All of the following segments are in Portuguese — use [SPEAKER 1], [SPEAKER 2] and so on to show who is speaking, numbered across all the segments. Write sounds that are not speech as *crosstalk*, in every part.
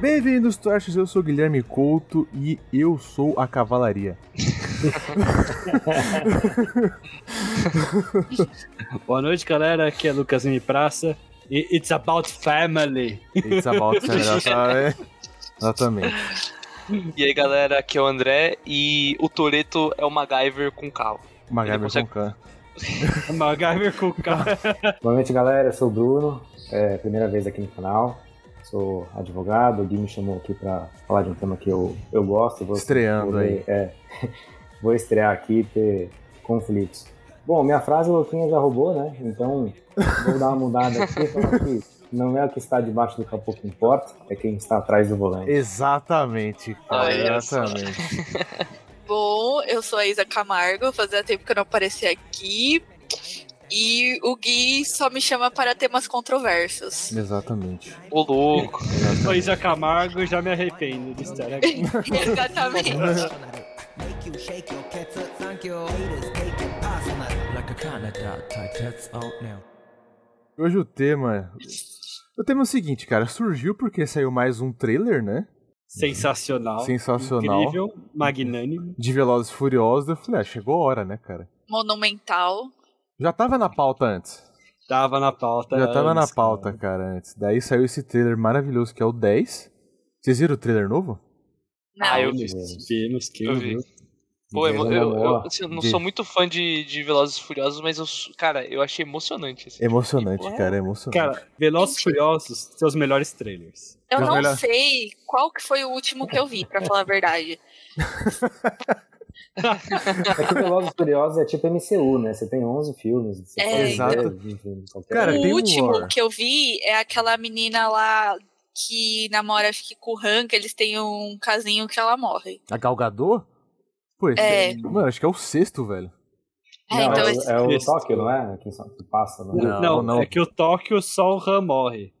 [SPEAKER 1] Bem-vindos, Trashers, eu sou Guilherme Couto e eu sou a Cavalaria.
[SPEAKER 2] Boa noite, galera. Aqui é Lucas M. Praça. E it's about family.
[SPEAKER 1] It's about
[SPEAKER 3] *laughs*
[SPEAKER 1] time, sabe? né? Exatamente.
[SPEAKER 3] E aí galera, aqui é o André e o Toreto é o MacGyver com carro.
[SPEAKER 1] Magaber
[SPEAKER 3] consegue-
[SPEAKER 1] com K.
[SPEAKER 2] MacGyver com K.
[SPEAKER 4] Boa noite, galera. Eu sou o Bruno. É primeira vez aqui no canal. Sou advogado. O Gui me chamou aqui pra falar de um tema que eu, eu gosto. Vou,
[SPEAKER 1] Estreando
[SPEAKER 4] vou-
[SPEAKER 1] aí.
[SPEAKER 4] é. *laughs* vou estrear aqui e ter conflitos. Bom, minha frase o Luquinha já roubou, né? Então vou dar uma mudada aqui. *laughs* falar que Não é o que está debaixo do capô que importa, é quem está atrás do volante.
[SPEAKER 1] Exatamente, cara.
[SPEAKER 3] Olha só.
[SPEAKER 1] exatamente.
[SPEAKER 5] Bom, eu sou a Isa Camargo, fazia tempo que eu não aparecia aqui. E o Gui só me chama para
[SPEAKER 1] *laughs*
[SPEAKER 5] temas controversos.
[SPEAKER 1] Exatamente.
[SPEAKER 3] Ô louco.
[SPEAKER 2] Sou
[SPEAKER 3] é.
[SPEAKER 2] Isa Camargo já me arrependo de estar aqui.
[SPEAKER 5] Exatamente.
[SPEAKER 6] Make you shake your cats up, thank your haters, take it personal. Like a Canada type, that's out now.
[SPEAKER 1] Hoje o tema. O tema é o seguinte, cara. Surgiu porque saiu mais um trailer, né?
[SPEAKER 2] Sensacional.
[SPEAKER 1] Sensacional.
[SPEAKER 2] Incrível, magnânimo.
[SPEAKER 1] De Velozes e Furiosos. Eu falei, ah, chegou a hora, né, cara?
[SPEAKER 5] Monumental.
[SPEAKER 1] Já tava na pauta antes.
[SPEAKER 2] Tava na
[SPEAKER 3] Tá
[SPEAKER 2] pauta.
[SPEAKER 1] Já tava na
[SPEAKER 2] antes,
[SPEAKER 1] pauta, cara, antes. Daí saiu esse trailer maravilhoso que é o 10. Vocês viram o trailer novo?
[SPEAKER 5] Não.
[SPEAKER 3] Ah, eu vi.
[SPEAKER 2] Vimos, vimos que
[SPEAKER 3] Eu vi. Pô, eu, eu- eu- eu, assim, eu não sou muito fã de, de Velozes e Furiosos, mas eu, sou- cara, eu achei emocionante. Assim.
[SPEAKER 1] Emocionante,
[SPEAKER 3] E, pô,
[SPEAKER 1] cara, é emocionante.
[SPEAKER 2] Tipo, Cara, Velozes e Furiosos, seus melhores trailers.
[SPEAKER 5] Eu
[SPEAKER 1] Mas
[SPEAKER 5] não
[SPEAKER 1] melhor-
[SPEAKER 5] sei qual que foi o último que eu vi, pra falar a verdade.
[SPEAKER 4] É que Velozes e Furiosos é tipo MCU, né? Você tem 11 filmes. Você
[SPEAKER 5] É,
[SPEAKER 4] pode
[SPEAKER 1] exato.
[SPEAKER 4] ver, enfim, qualquer-
[SPEAKER 1] Cara,
[SPEAKER 5] o
[SPEAKER 1] tem um
[SPEAKER 5] último
[SPEAKER 1] lore.
[SPEAKER 5] que eu vi é aquela menina lá que namora, acho que com o Han, que eles têm um casinho que ela morre.
[SPEAKER 1] A Galgador? Pô, esse
[SPEAKER 5] É.
[SPEAKER 1] é- Mano, acho que é o sexto, velho.
[SPEAKER 5] É,
[SPEAKER 4] Não,
[SPEAKER 5] então
[SPEAKER 4] é,
[SPEAKER 5] esse-
[SPEAKER 4] o- é o
[SPEAKER 2] Cristo.
[SPEAKER 4] Tóquio, não é? Que, só- que passa, não é?
[SPEAKER 1] Não, não.
[SPEAKER 2] é que o Tóquio só o Han morre.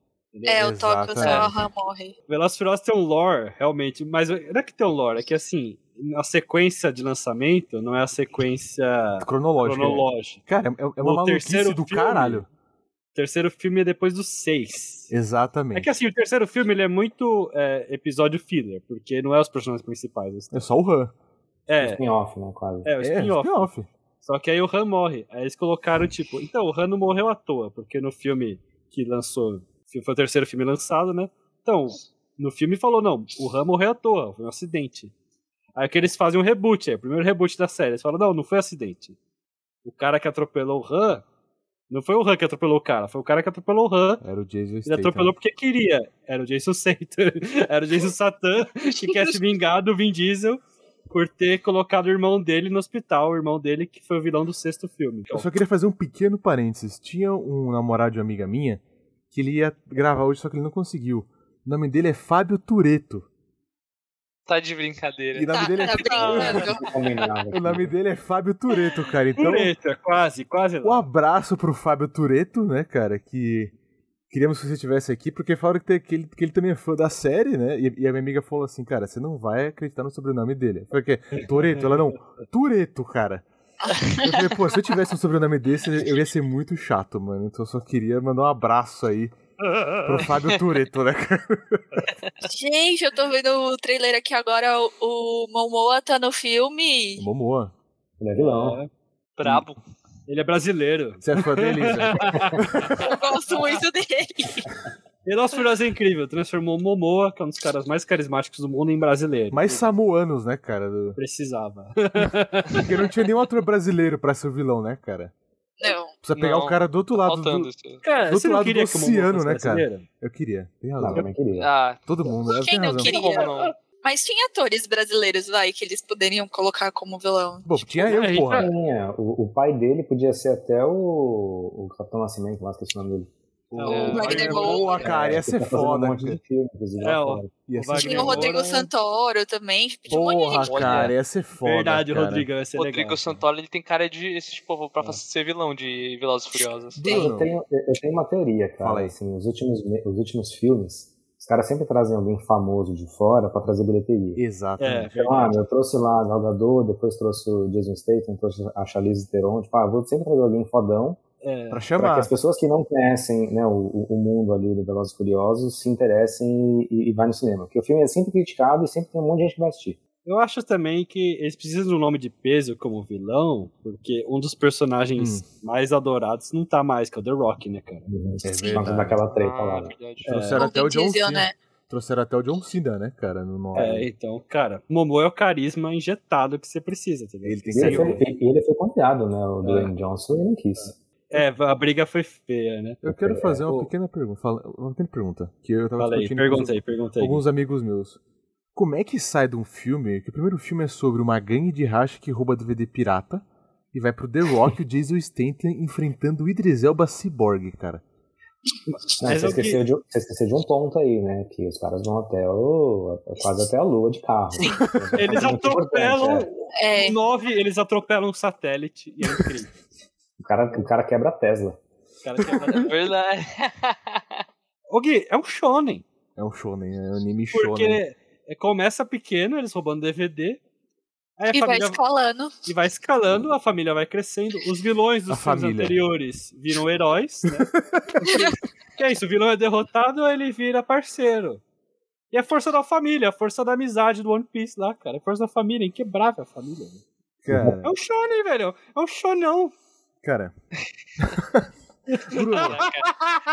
[SPEAKER 5] É, o Tóquio só a
[SPEAKER 1] exatamente.
[SPEAKER 5] Han morre.
[SPEAKER 2] Velozes e Furiosos tem um lore, realmente, mas não é que tem um lore, é que assim, a sequência de lançamento não é a sequência
[SPEAKER 1] Cronológico. né?
[SPEAKER 2] cronológica.
[SPEAKER 1] Cara, é, é uma
[SPEAKER 2] No
[SPEAKER 1] maluquice
[SPEAKER 2] terceiro
[SPEAKER 1] do
[SPEAKER 2] filme.
[SPEAKER 1] caralho.
[SPEAKER 2] O terceiro filme é depois do seis.
[SPEAKER 1] Exatamente.
[SPEAKER 2] É que assim, o terceiro filme ele é muito é, episódio filler, porque não é os personagens principais. assim.
[SPEAKER 1] É só o Han.
[SPEAKER 2] É,
[SPEAKER 4] Spin-off, né? Quase.
[SPEAKER 2] é o spin-off.
[SPEAKER 1] spin-off.
[SPEAKER 2] Só que aí o Han morre. Aí eles colocaram, tipo, então, o Han não morreu à toa, porque no filme que lançou, que foi o terceiro filme lançado, né? Então, no filme falou, não, o Han morreu à toa, foi um acidente. Aí que eles fazem um reboot, é o primeiro reboot da série. Eles falam, não, não foi acidente. O cara que atropelou o Han, não foi o Han que atropelou o cara, foi o cara que atropelou o Han
[SPEAKER 1] Era o Jason
[SPEAKER 2] ele
[SPEAKER 1] Statham.
[SPEAKER 2] atropelou porque queria. Era o Jason Satan. *laughs* Era o Jason Satan que quer se vingar do Vin Diesel por ter colocado o irmão dele no hospital. O irmão dele que foi o vilão do sexto filme.
[SPEAKER 1] Eu só queria fazer um pequeno parênteses. Tinha um namorado de uma amiga minha que ele ia gravar hoje, só que ele não conseguiu. O nome dele é Fábio Tureto.
[SPEAKER 3] Tá de brincadeira.
[SPEAKER 1] E o nome
[SPEAKER 5] Tá,
[SPEAKER 1] dele é,
[SPEAKER 5] tá brincando.
[SPEAKER 4] *laughs* Combinado.
[SPEAKER 1] o nome dele é Fábio Tureto, cara. Então,
[SPEAKER 2] Pureta, quase, quase
[SPEAKER 1] um
[SPEAKER 2] lá.
[SPEAKER 1] abraço pro Fábio Tureto, né, cara? Que queríamos que você estivesse aqui, porque falaram que, tem- que ele, que ele também é fã da série, né? E, e a minha amiga falou assim, cara, você não vai acreditar no sobrenome dele. Porque Toreto, ela não, Tureto, cara. Eu falei, pô, se eu tivesse um sobrenome desse, eu ia ser muito chato, mano. Então eu só queria mandar um abraço aí pro Fábio Tureto, né, cara?
[SPEAKER 5] Gente, eu tô vendo o trailer aqui agora. O, o Momoa tá no filme.
[SPEAKER 1] Momoa.
[SPEAKER 4] Ele é vilão.
[SPEAKER 3] Brabo.
[SPEAKER 2] Ele é brasileiro.
[SPEAKER 1] Você é fã dele, Isa?
[SPEAKER 5] Eu gosto muito dele.
[SPEAKER 2] E nosso Furioso é incrível. Transformou o Momoa, que é um dos caras mais carismáticos do mundo, em brasileiro.
[SPEAKER 1] Mais samoanos, né, cara? Do-
[SPEAKER 2] Precisava.
[SPEAKER 1] Porque não tinha nenhum ator brasileiro pra ser o vilão, né, cara?
[SPEAKER 5] Não.
[SPEAKER 1] Precisa pegar
[SPEAKER 3] Não,
[SPEAKER 1] o cara do outro lado do,
[SPEAKER 3] Faltando assim. isso.
[SPEAKER 1] Do
[SPEAKER 2] Cara, você
[SPEAKER 1] outro
[SPEAKER 2] não
[SPEAKER 1] lado
[SPEAKER 2] queria
[SPEAKER 1] do
[SPEAKER 2] que o Momoa
[SPEAKER 1] oceano,
[SPEAKER 2] fosse
[SPEAKER 1] né, cara?
[SPEAKER 2] brasileiro?
[SPEAKER 1] Eu queria, tem
[SPEAKER 4] Não,
[SPEAKER 1] razão.
[SPEAKER 4] também queria.
[SPEAKER 3] Ah,
[SPEAKER 1] Todo mundo, ela
[SPEAKER 5] Quem
[SPEAKER 1] tem
[SPEAKER 5] não
[SPEAKER 1] razão.
[SPEAKER 5] queria?
[SPEAKER 3] tem como não.
[SPEAKER 5] Mas tinha atores brasileiros, vai, que eles poderiam colocar como vilão.
[SPEAKER 1] Bom, tinha eu,
[SPEAKER 5] né?
[SPEAKER 2] aí,
[SPEAKER 5] Tipo,
[SPEAKER 1] porra.
[SPEAKER 4] É, o, o pai dele podia ser até o, o Capitão Nascimento, lá esqueci o nome dele.
[SPEAKER 2] O Wagner
[SPEAKER 5] Wagner Moura. né?
[SPEAKER 1] Boa, cara, ia
[SPEAKER 4] É, que
[SPEAKER 1] ser
[SPEAKER 4] tá fazendo
[SPEAKER 1] foda.
[SPEAKER 4] Um monte de filme, inclusive,
[SPEAKER 2] É,
[SPEAKER 4] lá
[SPEAKER 2] ó.
[SPEAKER 4] fora.
[SPEAKER 1] Ia
[SPEAKER 2] Wagner
[SPEAKER 1] ser
[SPEAKER 5] Tinha o Rodrigo
[SPEAKER 2] Moura.
[SPEAKER 5] Santoro também. Tinha um monte de gente.
[SPEAKER 1] né? Porra, cara, ia ser foda.
[SPEAKER 2] Verdade, o
[SPEAKER 1] cara.
[SPEAKER 2] Rodrigo ia ser
[SPEAKER 3] Rodrigo
[SPEAKER 2] legal. assim.
[SPEAKER 3] Santoro, ele tem cara de esse tipo pra ser vilão de Velozes e Furiosos. assim.
[SPEAKER 4] Mas Eu
[SPEAKER 1] Bruno,
[SPEAKER 4] tenho, eu tenho uma teoria, cara.
[SPEAKER 1] Fala aí.
[SPEAKER 4] Assim, os, últimos, me- os últimos filmes, os caras sempre trazem alguém famoso de fora pra trazer bilheteria.
[SPEAKER 2] É,
[SPEAKER 1] exatamente.
[SPEAKER 4] Então, ah, meu, eu trouxe lá a Gal Gadot, depois trouxe o Jason Statham, trouxe a Charlize Theron. Tipo, ah, vou sempre trazer alguém fodão
[SPEAKER 2] É,
[SPEAKER 1] Pra
[SPEAKER 4] Para que
[SPEAKER 1] chamar.
[SPEAKER 4] as pessoas que não conhecem né, o, o mundo ali do Velozes e Furiosos se interessem e, e vá no cinema. Porque o filme é sempre criticado e sempre tem um monte de gente que vai assistir.
[SPEAKER 2] Eu acho também que eles precisam de um nome de peso como vilão, porque um dos personagens
[SPEAKER 1] Hum.
[SPEAKER 2] mais adorados não tá mais, que é o The Rock, né, cara?
[SPEAKER 1] Uhum.
[SPEAKER 4] Por causa
[SPEAKER 1] verdade.
[SPEAKER 4] daquela treta
[SPEAKER 3] Ah,
[SPEAKER 4] lá.
[SPEAKER 3] é
[SPEAKER 4] né?
[SPEAKER 3] verdade.
[SPEAKER 1] Trouxeram
[SPEAKER 5] Com
[SPEAKER 1] até o
[SPEAKER 5] Vin
[SPEAKER 1] John
[SPEAKER 5] Diesel,
[SPEAKER 1] Cena.
[SPEAKER 5] né?
[SPEAKER 1] Trouxeram até o John Cena, né, cara? No nome.
[SPEAKER 2] É, então, cara, Momo é o carisma injetado que você precisa, tá entendeu?
[SPEAKER 1] Ele tem
[SPEAKER 4] E ele,
[SPEAKER 1] sangue.
[SPEAKER 4] foi, e- e ele foi convidado, né? O Dwayne Johnson e não quis.
[SPEAKER 2] É, a briga foi feia, né?
[SPEAKER 1] Eu quero fazer uma
[SPEAKER 2] Ô.
[SPEAKER 1] pequena pergunta. fala- Uma pequena pergunta. Que eu tava
[SPEAKER 2] Fala aí,
[SPEAKER 1] discutindo com
[SPEAKER 2] pergunta aí, pergunta aí.
[SPEAKER 1] alguns amigos meus. Como é que sai de um filme, que o primeiro filme é sobre uma gangue de racha que rouba DVD pirata e vai pro The Rock e o Jason Statham enfrentando o Idris Elba Cyborg, cara.
[SPEAKER 4] Não,
[SPEAKER 2] Mas é
[SPEAKER 4] você,
[SPEAKER 2] o que-
[SPEAKER 4] esqueceu de, um- você esqueceu de um ponto aí, né? Que os caras vão até o, quase até a lua de carro.
[SPEAKER 1] *laughs*
[SPEAKER 2] Eles
[SPEAKER 4] Muito importante,
[SPEAKER 2] atropelam
[SPEAKER 4] é.
[SPEAKER 5] É.
[SPEAKER 2] nove, eles atropelam um satélite e é incrível.
[SPEAKER 4] O cara, o cara quebra a Tesla.
[SPEAKER 2] O cara quer-
[SPEAKER 3] É verdade.
[SPEAKER 2] Ô Gui, é um shonen,
[SPEAKER 1] É um shonen, é um anime
[SPEAKER 2] porque
[SPEAKER 1] shonen.
[SPEAKER 2] é- começa pequeno, eles roubando DVD, aí a
[SPEAKER 5] E vai
[SPEAKER 2] família
[SPEAKER 5] escalando.
[SPEAKER 2] e vai escalando, a família vai crescendo, os vilões dos
[SPEAKER 1] A
[SPEAKER 2] filmes
[SPEAKER 1] família.
[SPEAKER 2] anteriores viram heróis, né? Porque- que é isso, o vilão é derrotado, ele vira parceiro. E a força da família, a força da amizade do One Piece lá, cara. A força da família, é inquebrável a família. né?
[SPEAKER 1] Cara,
[SPEAKER 2] É um shonen, velho. É um shonão. *laughs*
[SPEAKER 1] cara. Bruno,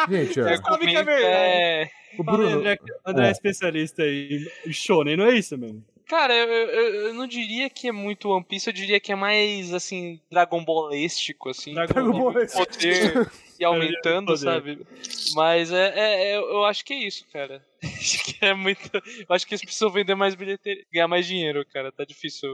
[SPEAKER 1] gente, ó,
[SPEAKER 2] Você sabe que né, é verdade.
[SPEAKER 3] É,
[SPEAKER 1] o
[SPEAKER 2] Fala,
[SPEAKER 1] Bruno,
[SPEAKER 2] André, André é
[SPEAKER 4] É.
[SPEAKER 2] especialista em shonen, não é isso mesmo?
[SPEAKER 3] Cara, eu, eu, eu não diria que é muito One Piece, eu diria que é mais, assim, Dragon Ballístico, assim.
[SPEAKER 1] Dragon Ball é esse.
[SPEAKER 3] poder e aumentando,
[SPEAKER 2] Poder.
[SPEAKER 3] sabe? Mas é, é- é- eu acho que é isso, cara. *laughs* Acho que é muito. Eu acho que eles precisam vender mais bilheteria, ganhar mais dinheiro, cara. Tá difícil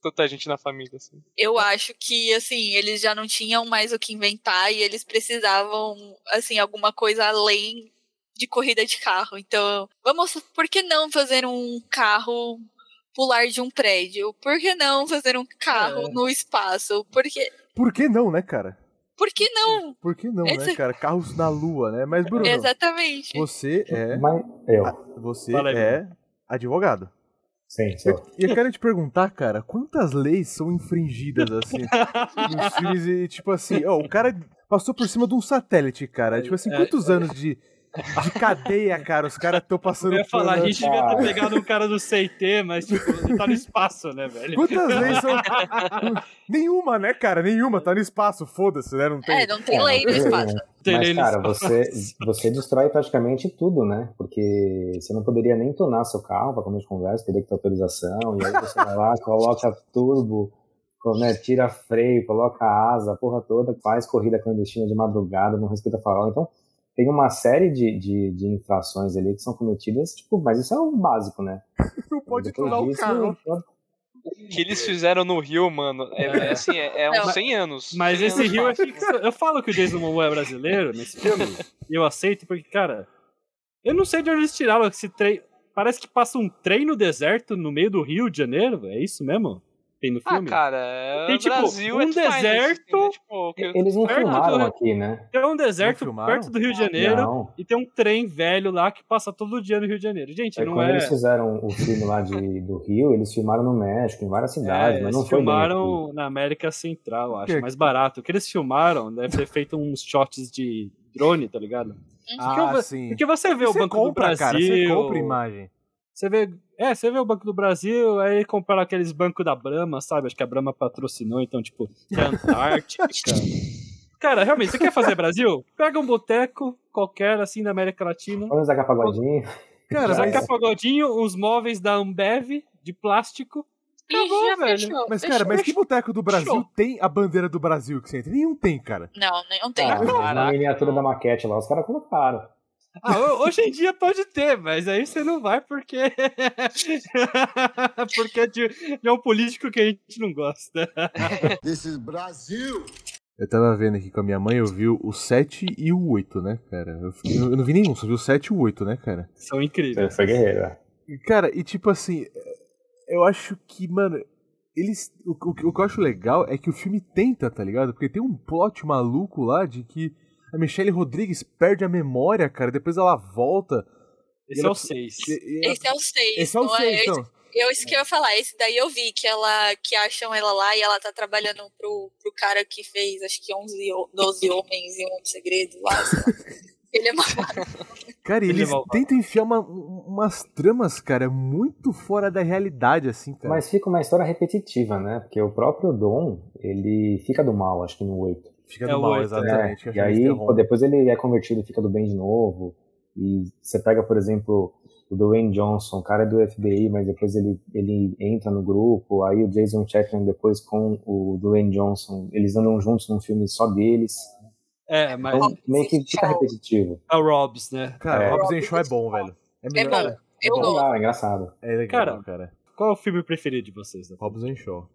[SPEAKER 3] tanta gente na família, assim.
[SPEAKER 5] Eu acho que, assim, eles já não tinham mais o que inventar e eles precisavam, assim, alguma coisa além de corrida de carro. Então, vamos, por que não fazer um carro pular de um prédio? Por que não fazer um carro no espaço? Por que,
[SPEAKER 1] por que não, né, cara?
[SPEAKER 5] por que não?
[SPEAKER 1] Por que não, né,
[SPEAKER 5] Esse-
[SPEAKER 1] cara? Carros na lua, né? Mas,
[SPEAKER 5] Uhum.
[SPEAKER 1] Bruno,
[SPEAKER 5] Exatamente.
[SPEAKER 1] você é.
[SPEAKER 4] Mas eu,
[SPEAKER 2] Ah.
[SPEAKER 1] Você
[SPEAKER 2] Fala aí,
[SPEAKER 1] é advogado.
[SPEAKER 4] sim, sou.
[SPEAKER 1] E eu quero te perguntar, cara, quantas leis são infringidas,
[SPEAKER 2] *laughs*
[SPEAKER 1] assim, nos filmes e, tipo assim, ó, o cara passou por cima de um satélite, cara. Tipo assim,
[SPEAKER 2] É,
[SPEAKER 1] quantos anos de, de cadeia, cara, os caras estão
[SPEAKER 2] Eu
[SPEAKER 1] passando
[SPEAKER 2] ia falar, a
[SPEAKER 1] por...
[SPEAKER 2] gente devia ter pegado um cara do CT, mas tipo, ele tá no espaço, né, velho?
[SPEAKER 1] Quantas leis são... Nenhuma, né, cara? Nenhuma, tá no espaço, foda-se, né? Não tem...
[SPEAKER 5] É, não tem lei no espaço.
[SPEAKER 2] Terei
[SPEAKER 4] Mas,
[SPEAKER 2] no
[SPEAKER 4] cara,
[SPEAKER 2] espaço.
[SPEAKER 4] você, você destrói praticamente tudo, né? Porque você não poderia nem tunar seu carro para começo de conversa, teria que ter autorização, e aí você vai lá, *laughs* coloca turbo, co- né, tira freio, coloca asa, a porra toda, faz corrida clandestina de madrugada, não respeita farol. Então, tem uma série de, de, de infrações ali que são cometidas, tipo, mas isso é o básico, né?
[SPEAKER 1] Não pode
[SPEAKER 4] Depois
[SPEAKER 1] tunar o
[SPEAKER 4] disso,
[SPEAKER 1] carro.
[SPEAKER 3] O que eles fizeram no Rio, mano, é, é assim, é, é uns
[SPEAKER 5] Não.
[SPEAKER 3] 100 anos.
[SPEAKER 2] Mas
[SPEAKER 3] 100
[SPEAKER 2] esse
[SPEAKER 3] anos
[SPEAKER 2] Rio é
[SPEAKER 3] fácil.
[SPEAKER 2] ficção. Eu falo que o Jason Momoa é brasileiro nesse
[SPEAKER 3] *laughs*
[SPEAKER 2] filme, e eu aceito porque, cara, eu não sei de onde eles tiraram esse trem. Parece que passa um trem no deserto, no meio do Rio de Janeiro, é isso mesmo? Tem no
[SPEAKER 3] Ah,
[SPEAKER 2] filme?
[SPEAKER 3] cara, é-
[SPEAKER 2] Tem,
[SPEAKER 3] o
[SPEAKER 2] tipo,
[SPEAKER 3] Brasil é
[SPEAKER 2] um
[SPEAKER 3] demais, assim,
[SPEAKER 2] deserto,
[SPEAKER 3] né? Tipo, que-
[SPEAKER 4] Eles não
[SPEAKER 2] Certo,
[SPEAKER 4] filmaram
[SPEAKER 2] né?
[SPEAKER 4] aqui, né?
[SPEAKER 2] Tem um deserto
[SPEAKER 1] Não filmaram?
[SPEAKER 2] perto do Rio de Janeiro
[SPEAKER 4] Não.
[SPEAKER 2] e tem um trem velho lá que passa todo dia no Rio de Janeiro. Gente,
[SPEAKER 4] É,
[SPEAKER 2] não
[SPEAKER 4] quando
[SPEAKER 2] é.
[SPEAKER 4] eles fizeram o filme lá de, do Rio, eles filmaram no México, em várias cidades,
[SPEAKER 2] É,
[SPEAKER 4] mas
[SPEAKER 2] eles
[SPEAKER 4] não foi bem aqui.
[SPEAKER 2] filmaram na América Central, acho,
[SPEAKER 1] Que-
[SPEAKER 2] mais barato. O que eles filmaram deve ter feito uns shots de drone, tá ligado?
[SPEAKER 1] Ah,
[SPEAKER 2] eu-
[SPEAKER 1] sim.
[SPEAKER 2] Porque você vê o
[SPEAKER 1] Você
[SPEAKER 2] Banco
[SPEAKER 1] compra,
[SPEAKER 2] do Brasil.
[SPEAKER 1] cara, você compra imagem.
[SPEAKER 2] Você vê. É, você vê o Banco do Brasil, aí compara aqueles bancos da Brahma, sabe? Acho que a Brahma patrocinou, então, tipo, tem a Antártica. Cara, realmente, você quer fazer Brasil? Pega um boteco qualquer, assim, da América Latina.
[SPEAKER 4] Vamos Zeca Pagodinho.
[SPEAKER 1] Cara,
[SPEAKER 4] Mas-
[SPEAKER 2] Saca pagodinho, uns móveis da Ambev, de plástico. Acabou,
[SPEAKER 5] Ih, já
[SPEAKER 2] velho.
[SPEAKER 5] fechou,
[SPEAKER 1] Mas,
[SPEAKER 5] fechou.
[SPEAKER 1] cara, mas que boteco do Brasil tem a bandeira do Brasil que você entra? Nenhum tem, cara.
[SPEAKER 5] Não, nem- não tem.
[SPEAKER 4] Ah,
[SPEAKER 3] Caraca,
[SPEAKER 4] na miniatura
[SPEAKER 3] não.
[SPEAKER 4] da maquete lá, os caras colocaram.
[SPEAKER 2] Ah, ho- hoje em dia pode ter, mas aí você não vai porque. *laughs* porque é de, de um político que a gente não gosta.
[SPEAKER 1] Eu tava vendo aqui com a minha mãe, eu vi o 7 e o 8, né, cara? Eu, fiquei- eu não vi nenhum, só vi o 7 e o 8, né, cara?
[SPEAKER 2] São incríveis.
[SPEAKER 4] Foi guerreiro. é.
[SPEAKER 1] E, Cara, e tipo assim, eu acho que, mano, eles. O, o- o que eu acho legal é que o filme tenta, tá ligado? Porque tem um plot maluco lá de que a Michelle Rodrigues perde a memória, cara, depois ela volta.
[SPEAKER 2] Esse é o 6.
[SPEAKER 1] E- e-
[SPEAKER 5] Esse é o 6.
[SPEAKER 1] esse é o 6, então.
[SPEAKER 5] Eu, isso que eu ia falar, esse daí eu vi, que ela que acham ela lá e ela tá trabalhando pro, pro cara que fez acho que 11, ou 12 homens e um segredo lá. sei lá. Ele é malvado.
[SPEAKER 1] Cara, e
[SPEAKER 2] Ele
[SPEAKER 1] eles
[SPEAKER 2] é malvado.
[SPEAKER 1] tentam enfiar uma- um- umas tramas, cara, muito fora da realidade, assim, cara.
[SPEAKER 4] Mas fica uma história repetitiva, né? Porque o próprio Dom, ele fica do mal, acho que no 8.
[SPEAKER 1] Fica
[SPEAKER 2] É
[SPEAKER 1] do
[SPEAKER 2] o
[SPEAKER 1] mal,
[SPEAKER 2] oito,
[SPEAKER 1] exatamente. que acho
[SPEAKER 4] É, e
[SPEAKER 1] que eles
[SPEAKER 4] aí, pô,
[SPEAKER 1] interrompem.
[SPEAKER 4] depois ele é convertido e fica do bem de novo. E você pega, por exemplo, o Dwayne Johnson, o cara é do FBI, mas depois ele, ele entra no grupo. Aí o Jason Chapman, depois com o Dwayne Johnson, eles andam juntos num filme só deles.
[SPEAKER 2] É, mas
[SPEAKER 4] Então, meio que
[SPEAKER 5] sim,
[SPEAKER 4] fica
[SPEAKER 5] tchau.
[SPEAKER 4] repetitivo.
[SPEAKER 2] é o Robs, né?
[SPEAKER 1] Cara,
[SPEAKER 4] É.
[SPEAKER 1] o Robson Shaw é bom, velho.
[SPEAKER 5] É
[SPEAKER 1] melhor-
[SPEAKER 5] bom. Eu
[SPEAKER 4] Então,
[SPEAKER 5] gosto.
[SPEAKER 4] lá, é engraçado.
[SPEAKER 1] É legal, cara.
[SPEAKER 2] Cara. Qual é o filme preferido de vocês? Né?
[SPEAKER 1] Robson Shaw.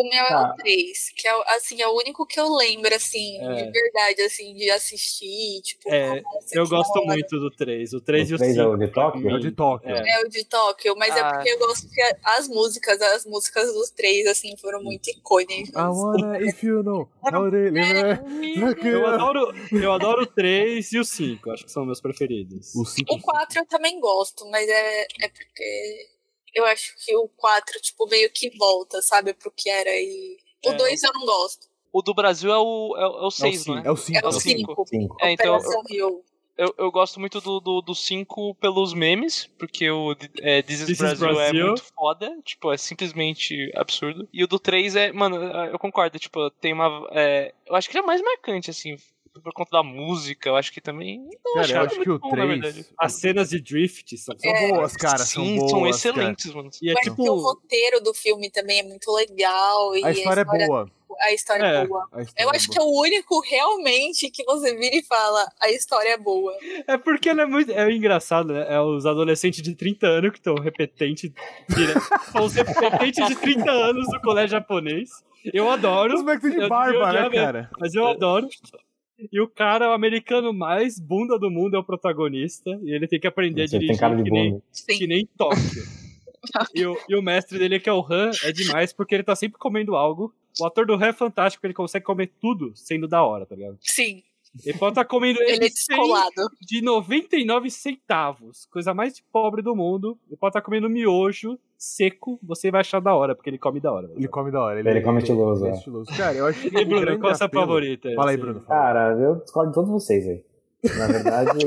[SPEAKER 5] O meu é
[SPEAKER 4] Tá.
[SPEAKER 5] o 3, que é o- assim, é o único que eu lembro, assim,
[SPEAKER 2] É.
[SPEAKER 5] de verdade, assim, de assistir, tipo,
[SPEAKER 2] É,
[SPEAKER 5] nossa,
[SPEAKER 2] Eu
[SPEAKER 5] que da
[SPEAKER 2] gosto
[SPEAKER 5] hora.
[SPEAKER 2] muito do 3. O 3 e o 5.
[SPEAKER 4] três é o de Tóquio?
[SPEAKER 1] É o de Tóquio.
[SPEAKER 2] É.
[SPEAKER 5] É o de Tóquio, mas é
[SPEAKER 3] Ah.
[SPEAKER 5] porque eu gosto que a- as músicas, as músicas dos três, assim,
[SPEAKER 2] Hum.
[SPEAKER 5] foram muito icônicas.
[SPEAKER 1] I
[SPEAKER 2] Ah,
[SPEAKER 1] wanna, if you know. I wanna-
[SPEAKER 2] *laughs* Eu adoro, eu adoro o 3 e o 5. Acho que são meus preferidos.
[SPEAKER 1] O 5.
[SPEAKER 5] O 4 eu também gosto, mas é, é porque eu acho que o 4, tipo, meio que volta, sabe, pro que era. E o
[SPEAKER 2] É.
[SPEAKER 5] 2 eu não gosto.
[SPEAKER 3] O do Brasil é o 6, é, o- é o seis,
[SPEAKER 2] cinco.
[SPEAKER 3] né?
[SPEAKER 1] É o 5.
[SPEAKER 5] É o
[SPEAKER 3] o cinco.
[SPEAKER 5] 5.
[SPEAKER 4] Cinco.
[SPEAKER 3] É, então
[SPEAKER 5] Operação Rio.
[SPEAKER 3] eu, eu gosto muito do 5 do, do cinco pelos memes, porque o é, This, is
[SPEAKER 2] This is
[SPEAKER 3] Brazil, é
[SPEAKER 2] Brazil.
[SPEAKER 3] muito foda, tipo, é simplesmente absurdo. E o do 3 é, mano, eu concordo, tipo, tem uma. é, eu acho que ele é mais marcante, assim, por conta da música, eu acho que também. Não,
[SPEAKER 1] Cara, eu
[SPEAKER 3] ele
[SPEAKER 1] acho
[SPEAKER 3] muito
[SPEAKER 1] que o
[SPEAKER 3] bom, na verdade.
[SPEAKER 1] 3.
[SPEAKER 2] As cenas de drift são.
[SPEAKER 1] São boas, cara. São
[SPEAKER 3] Sim,
[SPEAKER 1] boas.
[SPEAKER 3] são
[SPEAKER 1] cara.
[SPEAKER 3] excelentes, mano.
[SPEAKER 2] E é
[SPEAKER 5] É, Mas porque o
[SPEAKER 2] tipo.
[SPEAKER 5] roteiro do filme também é muito legal. E
[SPEAKER 1] A história é boa.
[SPEAKER 5] A história é
[SPEAKER 2] É.
[SPEAKER 5] boa.
[SPEAKER 1] A história
[SPEAKER 5] Eu acho que é o único realmente que você vira e fala, a história é boa.
[SPEAKER 2] É porque ela é muito. É engraçado, né? É os adolescentes de 30 anos que estão repetente.
[SPEAKER 4] *laughs*
[SPEAKER 2] dire- São os repetentes de 30 anos do colégio japonês. Eu
[SPEAKER 1] Os
[SPEAKER 2] adoro,
[SPEAKER 1] moleques tão de
[SPEAKER 2] Eu-
[SPEAKER 1] barba,
[SPEAKER 2] eu já
[SPEAKER 1] né,
[SPEAKER 2] vi-
[SPEAKER 1] cara?
[SPEAKER 2] mas eu adoro. E o cara, o americano mais bunda do mundo, é o protagonista. E ele tem que aprender a
[SPEAKER 4] Você
[SPEAKER 2] dirigir
[SPEAKER 4] tem cara de
[SPEAKER 2] que nem,
[SPEAKER 4] bunda.
[SPEAKER 5] Sim.
[SPEAKER 2] que nem
[SPEAKER 5] *laughs*
[SPEAKER 2] Tóquio. E o, e o mestre dele, que é o Han, é demais porque ele tá sempre comendo algo. O ator do Han é fantástico, ele consegue comer tudo sendo da hora, tá ligado?
[SPEAKER 5] Sim,
[SPEAKER 2] Ele pode estar comendo
[SPEAKER 5] ele é
[SPEAKER 2] ele sem
[SPEAKER 5] descolado.
[SPEAKER 2] de 99 centavos. Coisa mais pobre do mundo. Ele pode estar comendo miojo seco, você vai achar da hora, porque ele come da hora.
[SPEAKER 1] Ele
[SPEAKER 2] velho.
[SPEAKER 1] come da hora.
[SPEAKER 4] Ele come estiloso,
[SPEAKER 1] ele
[SPEAKER 4] é.
[SPEAKER 1] estiloso. Cara, eu acho que.
[SPEAKER 2] E
[SPEAKER 1] o
[SPEAKER 2] Bruno,
[SPEAKER 1] grande
[SPEAKER 2] qual é a sua
[SPEAKER 1] apelo-
[SPEAKER 2] favorita?
[SPEAKER 1] Fala aí,
[SPEAKER 2] Assim,
[SPEAKER 1] Bruno. Fala.
[SPEAKER 4] Cara, eu discordo de todos vocês aí. Na verdade,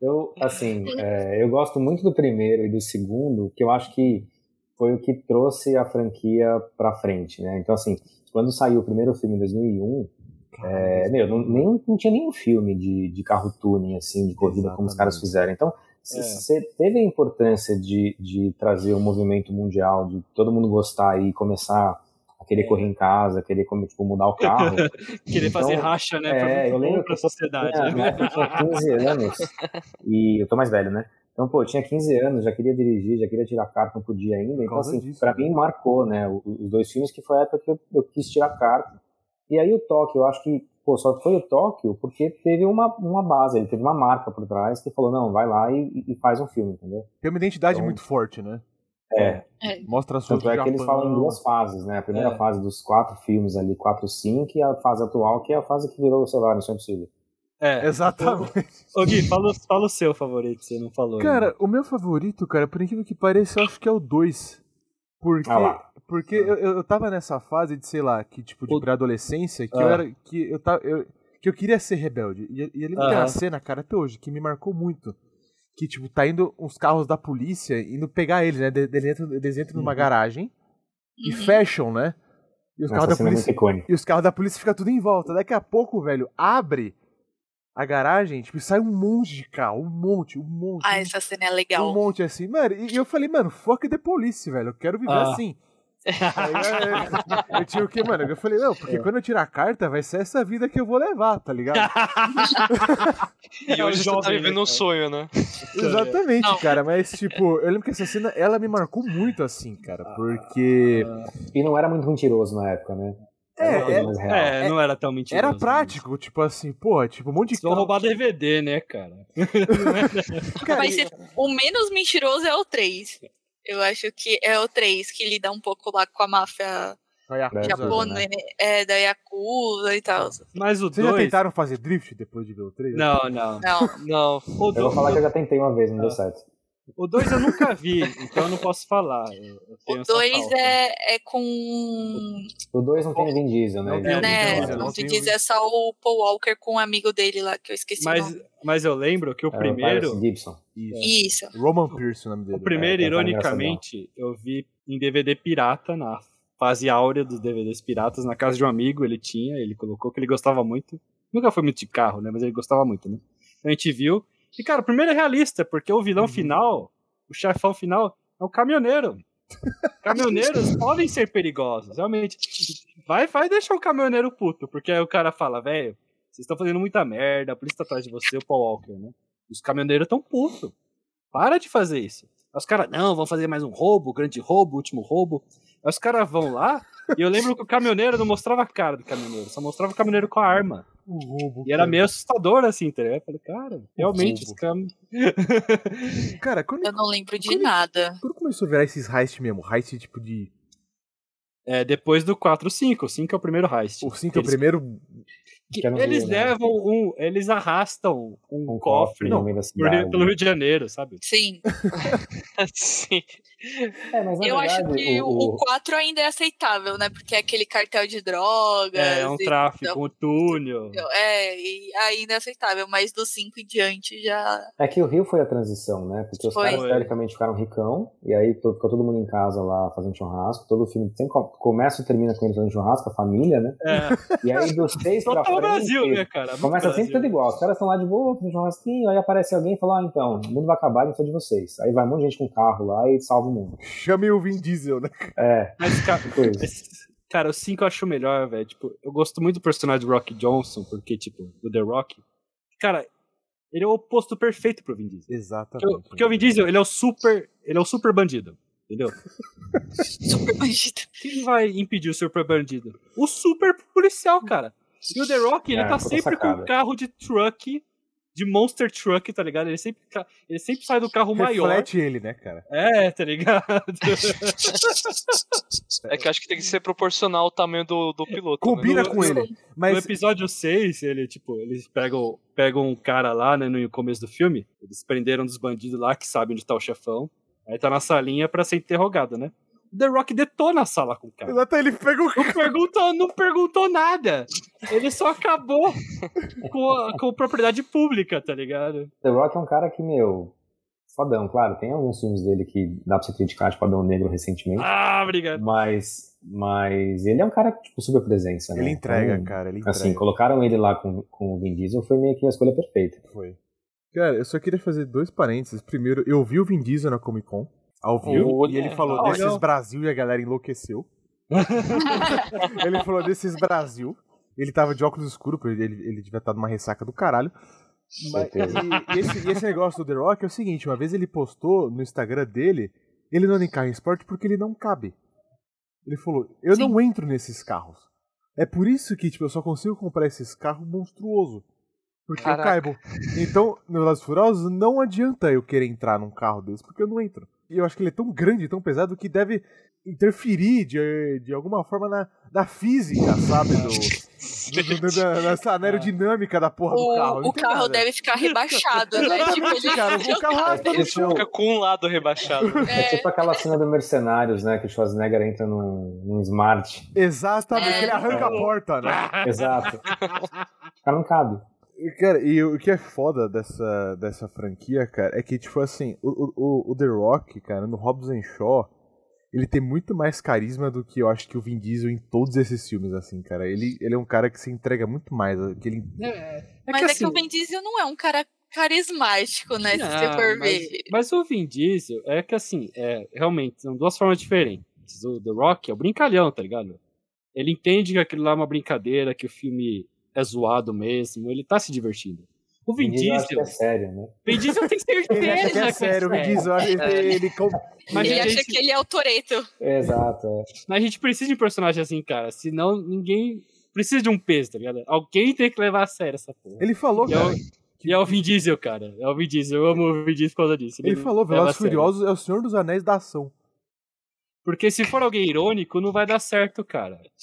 [SPEAKER 4] eu, assim, é, eu gosto muito do primeiro e do segundo, que eu acho que foi o que trouxe a franquia pra frente, né? Então, assim, quando saiu o primeiro filme em 2001, é, meu, não, nem, não tinha nenhum filme de, de carro tuning, assim, de corrida, como os
[SPEAKER 1] Exatamente.
[SPEAKER 4] caras fizeram. Então,
[SPEAKER 2] É.
[SPEAKER 4] você teve a importância de, de trazer o movimento mundial, de todo mundo gostar e começar a querer correr em casa, querer como, tipo, mudar o carro.
[SPEAKER 2] Querer
[SPEAKER 4] Então,
[SPEAKER 2] fazer racha, né? Foi
[SPEAKER 4] é,
[SPEAKER 2] muito
[SPEAKER 4] eu
[SPEAKER 2] bom
[SPEAKER 4] lembro
[SPEAKER 2] pra
[SPEAKER 4] que-
[SPEAKER 2] sociedade.
[SPEAKER 4] É,
[SPEAKER 2] né?
[SPEAKER 4] na época eu tinha 15 anos e eu tô mais velho, né? Então, pô, eu tinha 15 anos, já queria dirigir, já queria tirar carta, não podia ainda. Então,
[SPEAKER 1] causa
[SPEAKER 4] assim,
[SPEAKER 1] disso,
[SPEAKER 4] pra
[SPEAKER 1] né?
[SPEAKER 4] mim marcou, né? o- Os dois filmes que foi a época que eu, eu quis tirar carta. E aí o Tóquio, eu acho que, pô, só foi o Tóquio porque teve uma, uma base, ele teve uma marca por trás que falou, não, vai lá e, e faz um filme, entendeu?
[SPEAKER 1] Tem uma identidade
[SPEAKER 4] Então-
[SPEAKER 1] muito forte, né?
[SPEAKER 4] É,
[SPEAKER 1] Mostra a sua
[SPEAKER 4] tanto
[SPEAKER 1] do
[SPEAKER 4] é que eles
[SPEAKER 1] Japão.
[SPEAKER 4] falam em duas fases, né? A primeira
[SPEAKER 2] É.
[SPEAKER 4] fase dos quatro filmes ali, quatro, cinco, e a fase atual, que é a fase que virou, sei lá, Missão Impossível.
[SPEAKER 2] É.
[SPEAKER 1] Exatamente.
[SPEAKER 2] Ô, Gui, fala, o- fala o seu favorito, você não falou. né? ainda.
[SPEAKER 1] Cara, o meu favorito, cara, por incrível que pareça, eu acho que é o 2. Porque,
[SPEAKER 4] Ah lá.
[SPEAKER 1] porque eu, eu eu tava nessa fase de, sei lá, que tipo, de
[SPEAKER 2] O-
[SPEAKER 1] pré-adolescência, que
[SPEAKER 2] Ah.
[SPEAKER 1] eu era. Que eu, tava, eu, que eu queria ser rebelde. E, e ele tem uma
[SPEAKER 2] Aham.
[SPEAKER 1] cena, cara, até hoje, que me marcou muito. Que, tipo, tá indo uns carros da polícia indo pegar eles, né? de- de- Eles entram, eles entram
[SPEAKER 4] Uhum.
[SPEAKER 1] numa garagem e
[SPEAKER 5] Uhum.
[SPEAKER 1] fecham, né? E os carros
[SPEAKER 4] Essa
[SPEAKER 1] da
[SPEAKER 4] cena é muito
[SPEAKER 1] polícia.
[SPEAKER 4] icônica.
[SPEAKER 1] E os carros da polícia ficam tudo em volta. Daqui a pouco, velho, abre a garagem, tipo, e sai um monte de carro. Um monte, um monte.
[SPEAKER 5] Ah,
[SPEAKER 1] um
[SPEAKER 5] essa cena é
[SPEAKER 1] um
[SPEAKER 5] legal.
[SPEAKER 1] monte assim, mano. E e eu falei, mano, fuck the police, velho. Eu quero viver
[SPEAKER 2] Ah. *laughs*
[SPEAKER 1] assim. Tá ligado? eu, tinha o quê, mano? Eu falei, não, porque quando eu tirar a carta, vai ser essa vida que eu vou levar, tá
[SPEAKER 2] *laughs*
[SPEAKER 1] ligado?
[SPEAKER 3] E
[SPEAKER 2] *laughs* É o
[SPEAKER 3] hoje você tá
[SPEAKER 2] jovem, né,
[SPEAKER 3] vivendo um
[SPEAKER 2] cara?
[SPEAKER 3] sonho, né? *laughs*
[SPEAKER 1] Exatamente,
[SPEAKER 5] Não.
[SPEAKER 1] cara. Mas, tipo, eu lembro que essa cena, ela me marcou muito assim, cara. Porque.
[SPEAKER 4] E não era muito mentiroso na época, né? Era uma
[SPEAKER 1] É,
[SPEAKER 4] coisa
[SPEAKER 1] é-
[SPEAKER 4] mais real.
[SPEAKER 2] É, não era tão mentiroso.
[SPEAKER 1] era
[SPEAKER 2] né?
[SPEAKER 1] prático, tipo assim, porra, tipo, um monte de
[SPEAKER 2] Só roubar DVD, né, cara?
[SPEAKER 1] Cara,
[SPEAKER 5] Mas
[SPEAKER 1] e-
[SPEAKER 5] se- o menos mentiroso é o 3. Eu acho que é o 3 que lida um pouco lá com a máfia
[SPEAKER 2] É
[SPEAKER 1] Vai, acusa,
[SPEAKER 4] Yakuza,
[SPEAKER 1] né?
[SPEAKER 5] japonesa, é, da Yakuza e tal.
[SPEAKER 2] Mas o
[SPEAKER 1] Vocês já
[SPEAKER 2] 2.
[SPEAKER 1] tentaram fazer drift depois de ver o trailer?
[SPEAKER 2] Não, não.
[SPEAKER 5] Não,
[SPEAKER 3] Não.
[SPEAKER 2] O
[SPEAKER 4] Eu vou
[SPEAKER 2] do-
[SPEAKER 4] falar que eu já tentei uma vez, não
[SPEAKER 2] Ah.
[SPEAKER 4] deu certo.
[SPEAKER 2] O 2 eu nunca vi, então eu não posso falar. Eu, eu tenho
[SPEAKER 5] O
[SPEAKER 2] essa
[SPEAKER 5] 2
[SPEAKER 2] falta.
[SPEAKER 5] é, é com.
[SPEAKER 4] O 2 não tem Vin Diesel, né?
[SPEAKER 1] Não tem
[SPEAKER 2] É,
[SPEAKER 1] o Vin
[SPEAKER 5] né,
[SPEAKER 1] Diesel,
[SPEAKER 5] não
[SPEAKER 1] não
[SPEAKER 5] se
[SPEAKER 1] tem o
[SPEAKER 5] diz, é só o Paul Walker com um amigo dele lá, que eu esqueci o
[SPEAKER 2] Mas, é.
[SPEAKER 5] nome.
[SPEAKER 2] mas eu lembro que o
[SPEAKER 4] É,
[SPEAKER 2] primeiro.
[SPEAKER 4] Paris Gibson.
[SPEAKER 1] Isso.
[SPEAKER 5] Isso.
[SPEAKER 1] Roman Pierce, o nome dele.
[SPEAKER 2] O primeiro,
[SPEAKER 4] É, é, tá
[SPEAKER 2] ironicamente, eu vi em DVD pirata, na fase áurea dos DVDs piratas, na casa de um amigo, ele tinha, ele colocou, que ele gostava muito. Nunca foi muito de carro, né? Mas ele gostava muito, né? Então a gente viu. E, cara, o primeiro é realista, porque o
[SPEAKER 4] Uhum.
[SPEAKER 2] vilão final, o chefão final, é um
[SPEAKER 4] *laughs*
[SPEAKER 2] caminhoneiro. Caminhoneiros podem ser perigosos, realmente. Vai, vai deixar o caminhoneiro puto, porque aí o cara fala, velho, vocês estão fazendo muita merda, a polícia tá atrás de você, o Paul Walker, né? Os caminhoneiros tão puto. Para de fazer isso. Aí os caras, não, vão fazer mais um roubo, grande roubo, último roubo. Aí os caras vão lá, e eu lembro que o caminhoneiro não mostrava a cara do caminhoneiro, só mostrava o caminhoneiro com a arma.
[SPEAKER 1] O roubo.
[SPEAKER 2] E era
[SPEAKER 1] cara.
[SPEAKER 2] meio assustador, assim, entendeu? Eu falei, cara, realmente,
[SPEAKER 1] roubo.
[SPEAKER 2] os caras.
[SPEAKER 1] Cara, quando,
[SPEAKER 5] Eu não lembro de
[SPEAKER 1] Quando-
[SPEAKER 5] nada.
[SPEAKER 1] quando começou a virar esses heist mesmo, heist tipo de.
[SPEAKER 2] É, depois do 4, 5. O 5 é o primeiro heist.
[SPEAKER 1] O 5 é o
[SPEAKER 2] Eles-
[SPEAKER 1] primeiro.
[SPEAKER 2] que
[SPEAKER 4] Que eu não
[SPEAKER 2] eles
[SPEAKER 4] vi, né?
[SPEAKER 2] levam um. Eles arrastam um,
[SPEAKER 4] Um
[SPEAKER 2] cofre,
[SPEAKER 4] cofre no né? meio da
[SPEAKER 2] por-
[SPEAKER 4] cidade.
[SPEAKER 2] pelo Rio de Janeiro, sabe?
[SPEAKER 5] Sim.
[SPEAKER 3] Sim.
[SPEAKER 4] É, mas na
[SPEAKER 5] Eu
[SPEAKER 4] verdade,
[SPEAKER 5] acho que o, o 4 ainda é aceitável, né? Porque é aquele cartel de drogas.
[SPEAKER 2] É, um
[SPEAKER 5] e-
[SPEAKER 2] tráfico, um túnel.
[SPEAKER 5] É, e ainda é aceitável, mas do 5 em diante já. *laughs*
[SPEAKER 4] É que o Rio foi a transição, né? Porque os
[SPEAKER 5] Foi.
[SPEAKER 4] caras teoricamente ficaram ricão, e aí to- ficou todo mundo em casa lá fazendo churrasco, todo o filme sempre co- começa e termina com eles fazendo churrasco, a família, né?
[SPEAKER 2] É,
[SPEAKER 4] E aí
[SPEAKER 2] *laughs*
[SPEAKER 4] dos seis pra
[SPEAKER 2] total
[SPEAKER 4] frente.
[SPEAKER 2] Brasil, né, cara?
[SPEAKER 4] Começa
[SPEAKER 2] Muito
[SPEAKER 4] sempre tudo
[SPEAKER 2] Brasil.
[SPEAKER 4] igual. Os caras estão lá de boa, fazendo churrasquinho, aí aparece alguém e fala, ah, então, o mundo vai acabar, não precisa de vocês. Aí vai um monte de gente com carro lá e salva o mundo.
[SPEAKER 1] Chame o Vin Diesel, né?
[SPEAKER 4] É,
[SPEAKER 2] Mas, cara,
[SPEAKER 4] que coisa.
[SPEAKER 2] Mas, cara, o 5 eu acho melhor, velho. Tipo, eu gosto muito do personagem do Rock Johnson, porque, tipo, do The Rock. Cara, ele é o oposto perfeito pro Vin Diesel. Porque, o-
[SPEAKER 1] Exatamente.
[SPEAKER 2] porque o Vin Diesel, ele é o super. Ele é o super bandido. Entendeu?
[SPEAKER 5] Super bandido.
[SPEAKER 2] Quem vai impedir o super bandido? O super policial, cara. E o The Rock, ele
[SPEAKER 4] É,
[SPEAKER 2] tá
[SPEAKER 4] puta
[SPEAKER 2] sempre com
[SPEAKER 4] sacada.
[SPEAKER 2] um carro de truck, de monster truck, tá ligado? Ele sempre, ca- ele sempre sai do carro maior.
[SPEAKER 1] Reflete ele, né, cara?
[SPEAKER 2] É, tá ligado? *laughs*
[SPEAKER 3] É que eu acho que tem que ser proporcional ao tamanho do, do piloto.
[SPEAKER 1] Combina
[SPEAKER 3] né? *laughs*
[SPEAKER 1] com ele.
[SPEAKER 2] No
[SPEAKER 1] Mas
[SPEAKER 2] episódio 6, ele, tipo, eles pegam, pegam um cara lá, né, no começo do filme. Eles prenderam um dos bandidos lá que sabem onde tá o chefão. Aí tá na salinha pra ser interrogado, né? O The Rock detona a sala com o cara.
[SPEAKER 1] Exato, tá, ele pega o.
[SPEAKER 2] Não perguntou, não perguntou nada. Ele só acabou com, a, com a propriedade pública, tá ligado?
[SPEAKER 4] The Rock é um cara que, meu, fodão, claro, tem alguns filmes dele que dá pra você criticar, tipo Adão Negro recentemente.
[SPEAKER 2] Ah,
[SPEAKER 1] é.
[SPEAKER 2] obrigado.
[SPEAKER 4] Mas, mas ele é um cara, tipo, super presença, né?
[SPEAKER 1] Ele entrega,
[SPEAKER 4] Então,
[SPEAKER 1] cara. Ele entrega.
[SPEAKER 4] Assim, colocaram ele lá com, com o Vin Diesel foi meio que a escolha perfeita.
[SPEAKER 1] Foi. Cara, eu só queria fazer dois parênteses. Primeiro, eu vi o Vin Diesel na Comic Con, ao vivo,
[SPEAKER 3] Olha,
[SPEAKER 1] e ele falou
[SPEAKER 2] olha.
[SPEAKER 1] desses Brasil e a galera enlouqueceu. ele falou desses Brasil. Ele tava de óculos escuros, porque ele, ele devia estar numa ressaca do caralho. Mas-
[SPEAKER 4] Certeza.
[SPEAKER 1] e, e esse, e esse negócio do The Rock é o seguinte: uma vez ele postou no Instagram dele, ele não anda em carro esporte porque ele não cabe. Ele falou: Eu não entro nesses carros. É por isso que tipo, eu só consigo comprar esses carros monstruoso. Porque
[SPEAKER 3] Caraca.
[SPEAKER 1] eu caibo. Então, no Velozes e Furiosos, não adianta eu querer entrar num carro desse, porque eu não entro. E eu acho que ele é tão grande, tão pesado, que deve interferir de, de alguma forma na, na física, sabe? Do, do,
[SPEAKER 5] *laughs*
[SPEAKER 1] do, da, nessa aerodinâmica da porra do carro.
[SPEAKER 5] É. O,
[SPEAKER 1] Não
[SPEAKER 5] o
[SPEAKER 1] tem
[SPEAKER 5] carro
[SPEAKER 1] nada.
[SPEAKER 5] deve ficar rebaixado, né? Tipo,
[SPEAKER 1] Exatamente,
[SPEAKER 5] ele- assim,
[SPEAKER 1] cara. O carro raspa no
[SPEAKER 3] Ele
[SPEAKER 1] chão.
[SPEAKER 3] fica com um lado rebaixado.
[SPEAKER 4] tipo- É tipo aquela cena do Mercenários, né? Que o Schwarzenegger entra num, num
[SPEAKER 1] *laughs*
[SPEAKER 4] Smart.
[SPEAKER 1] Exatamente,
[SPEAKER 5] É.
[SPEAKER 1] ele arranca a porta, né? *laughs*
[SPEAKER 4] Exato. O cara não cabe.
[SPEAKER 1] E, Cara, e o que é foda dessa, dessa franquia, cara, é que, tipo assim, o, o, o The Rock, cara, no Hobbs and Shaw, ele tem muito mais carisma do que eu acho que o Vin Diesel em todos esses filmes, assim, cara. Ele, ele é um cara que se entrega muito mais. Que ele...
[SPEAKER 5] Mas é que o Vin Diesel não é um cara carismático, né? se você
[SPEAKER 2] Não,
[SPEAKER 5] for
[SPEAKER 2] mas,
[SPEAKER 5] ver.
[SPEAKER 2] mas o Vin Diesel é que assim, é, realmente, são duas formas diferentes. O The Rock é o brincalhão, tá ligado? Ele entende que aquilo lá é uma brincadeira, que o filme é zoado mesmo, ele tá se divertindo. O Vin
[SPEAKER 4] Vin Diesel eu acho que
[SPEAKER 2] Diesel,
[SPEAKER 4] é sério, né?
[SPEAKER 2] Vin Diesel tem
[SPEAKER 1] *laughs* ele acha
[SPEAKER 2] certeza
[SPEAKER 1] que é sério, É. o Vin Diesel. Ele, ele, com-
[SPEAKER 2] Mas,
[SPEAKER 5] ele
[SPEAKER 2] gente,
[SPEAKER 5] acha que ele é o Toreto.
[SPEAKER 4] Exato. é.
[SPEAKER 2] mas a gente precisa de um personagem assim, cara, senão ninguém precisa de um peso, tá ligado? Alguém tem que levar a sério essa porra.
[SPEAKER 1] ele falou,
[SPEAKER 2] E é, o,
[SPEAKER 1] cara.
[SPEAKER 2] e é o Vin Diesel, cara. É o Vin Diesel. Eu amo o Vin Diesel por causa disso.
[SPEAKER 1] Ele falou,
[SPEAKER 2] leva a
[SPEAKER 1] Velozes e
[SPEAKER 2] sério.
[SPEAKER 1] Furiosos é o Senhor dos Anéis da ação.
[SPEAKER 2] Porque se for alguém irônico, não vai dar certo, cara.
[SPEAKER 4] *laughs*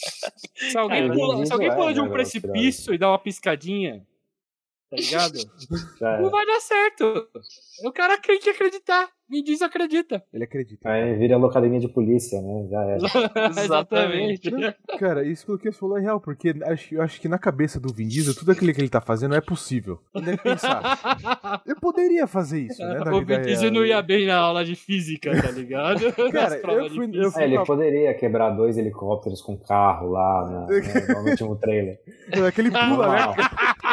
[SPEAKER 2] Se alguém
[SPEAKER 4] Cara,
[SPEAKER 2] pula,
[SPEAKER 4] mas
[SPEAKER 2] se alguém
[SPEAKER 4] isso é,
[SPEAKER 2] pula de
[SPEAKER 4] né,
[SPEAKER 2] um
[SPEAKER 4] Velozes e
[SPEAKER 2] precipício e dá uma piscadinha,
[SPEAKER 4] *laughs*
[SPEAKER 2] tá ligado?
[SPEAKER 4] Já é.
[SPEAKER 2] É Não vai dar certo. O cara tem que acreditar. me
[SPEAKER 4] *laughs*
[SPEAKER 2] desacredita. *laughs*
[SPEAKER 1] Ele acredita.
[SPEAKER 4] é. Aí vira locademia de polícia, né? Já era.
[SPEAKER 3] Exatamente.
[SPEAKER 1] Cara, isso pelo que você falou é real, porque acho- eu acho que na cabeça do Vin Diesel, tudo aquilo que ele tá fazendo é possível. Ele deve pensar. Eu poderia fazer isso,
[SPEAKER 2] *laughs*
[SPEAKER 1] né? na
[SPEAKER 2] o
[SPEAKER 1] vida
[SPEAKER 2] Vin Diesel
[SPEAKER 1] real.
[SPEAKER 2] não ia bem na aula de física, tá ligado?
[SPEAKER 1] Cara,
[SPEAKER 2] Nas provas
[SPEAKER 1] eu
[SPEAKER 2] de
[SPEAKER 1] fui-
[SPEAKER 2] física.
[SPEAKER 1] eu fui-
[SPEAKER 4] É, ele poderia quebrar dois helicópteros com carro lá, na, né, no último trailer.
[SPEAKER 1] É Aquele
[SPEAKER 2] Ah,
[SPEAKER 1] pula, né?
[SPEAKER 4] Normal.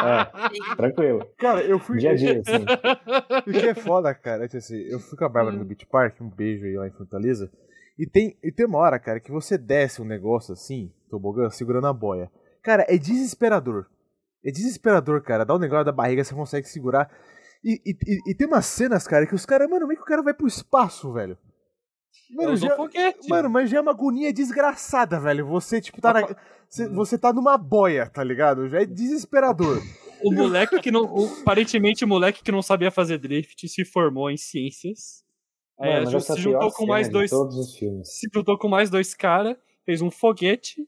[SPEAKER 4] É, tranquilo.
[SPEAKER 1] Cara, eu fui.
[SPEAKER 4] Dia a dia, assim.
[SPEAKER 1] *laughs* O que é foda, cara, é que assim, eu fui com a Bárbara no Beach Park, um beijo aí lá em Fortaleza. E tem, e tem uma hora, cara, que você desce um negócio assim, tobogã, segurando a boia. Cara, é desesperador. É desesperador, cara. Dá um negócio da barriga, você consegue segurar. E, e- e- e tem umas cenas, cara, que os caras, mano, como é que o cara vai pro espaço, velho? *laughs* Mano,
[SPEAKER 2] Eu sou
[SPEAKER 1] já,
[SPEAKER 2] É um foguete.
[SPEAKER 1] mano, mas já é uma agonia desgraçada, velho. Você, tipo, tá na, você, você tá numa boia, tá ligado? Já é desesperador.
[SPEAKER 2] O moleque que não. o- aparentemente, o moleque que não sabia fazer drift se formou em ciências. É,
[SPEAKER 4] Mano, mas essa é a
[SPEAKER 2] se
[SPEAKER 4] pior
[SPEAKER 2] juntou com mais
[SPEAKER 4] cena de
[SPEAKER 2] dois.
[SPEAKER 4] todos os filmes.
[SPEAKER 2] Se juntou com mais dois caras, fez um foguete.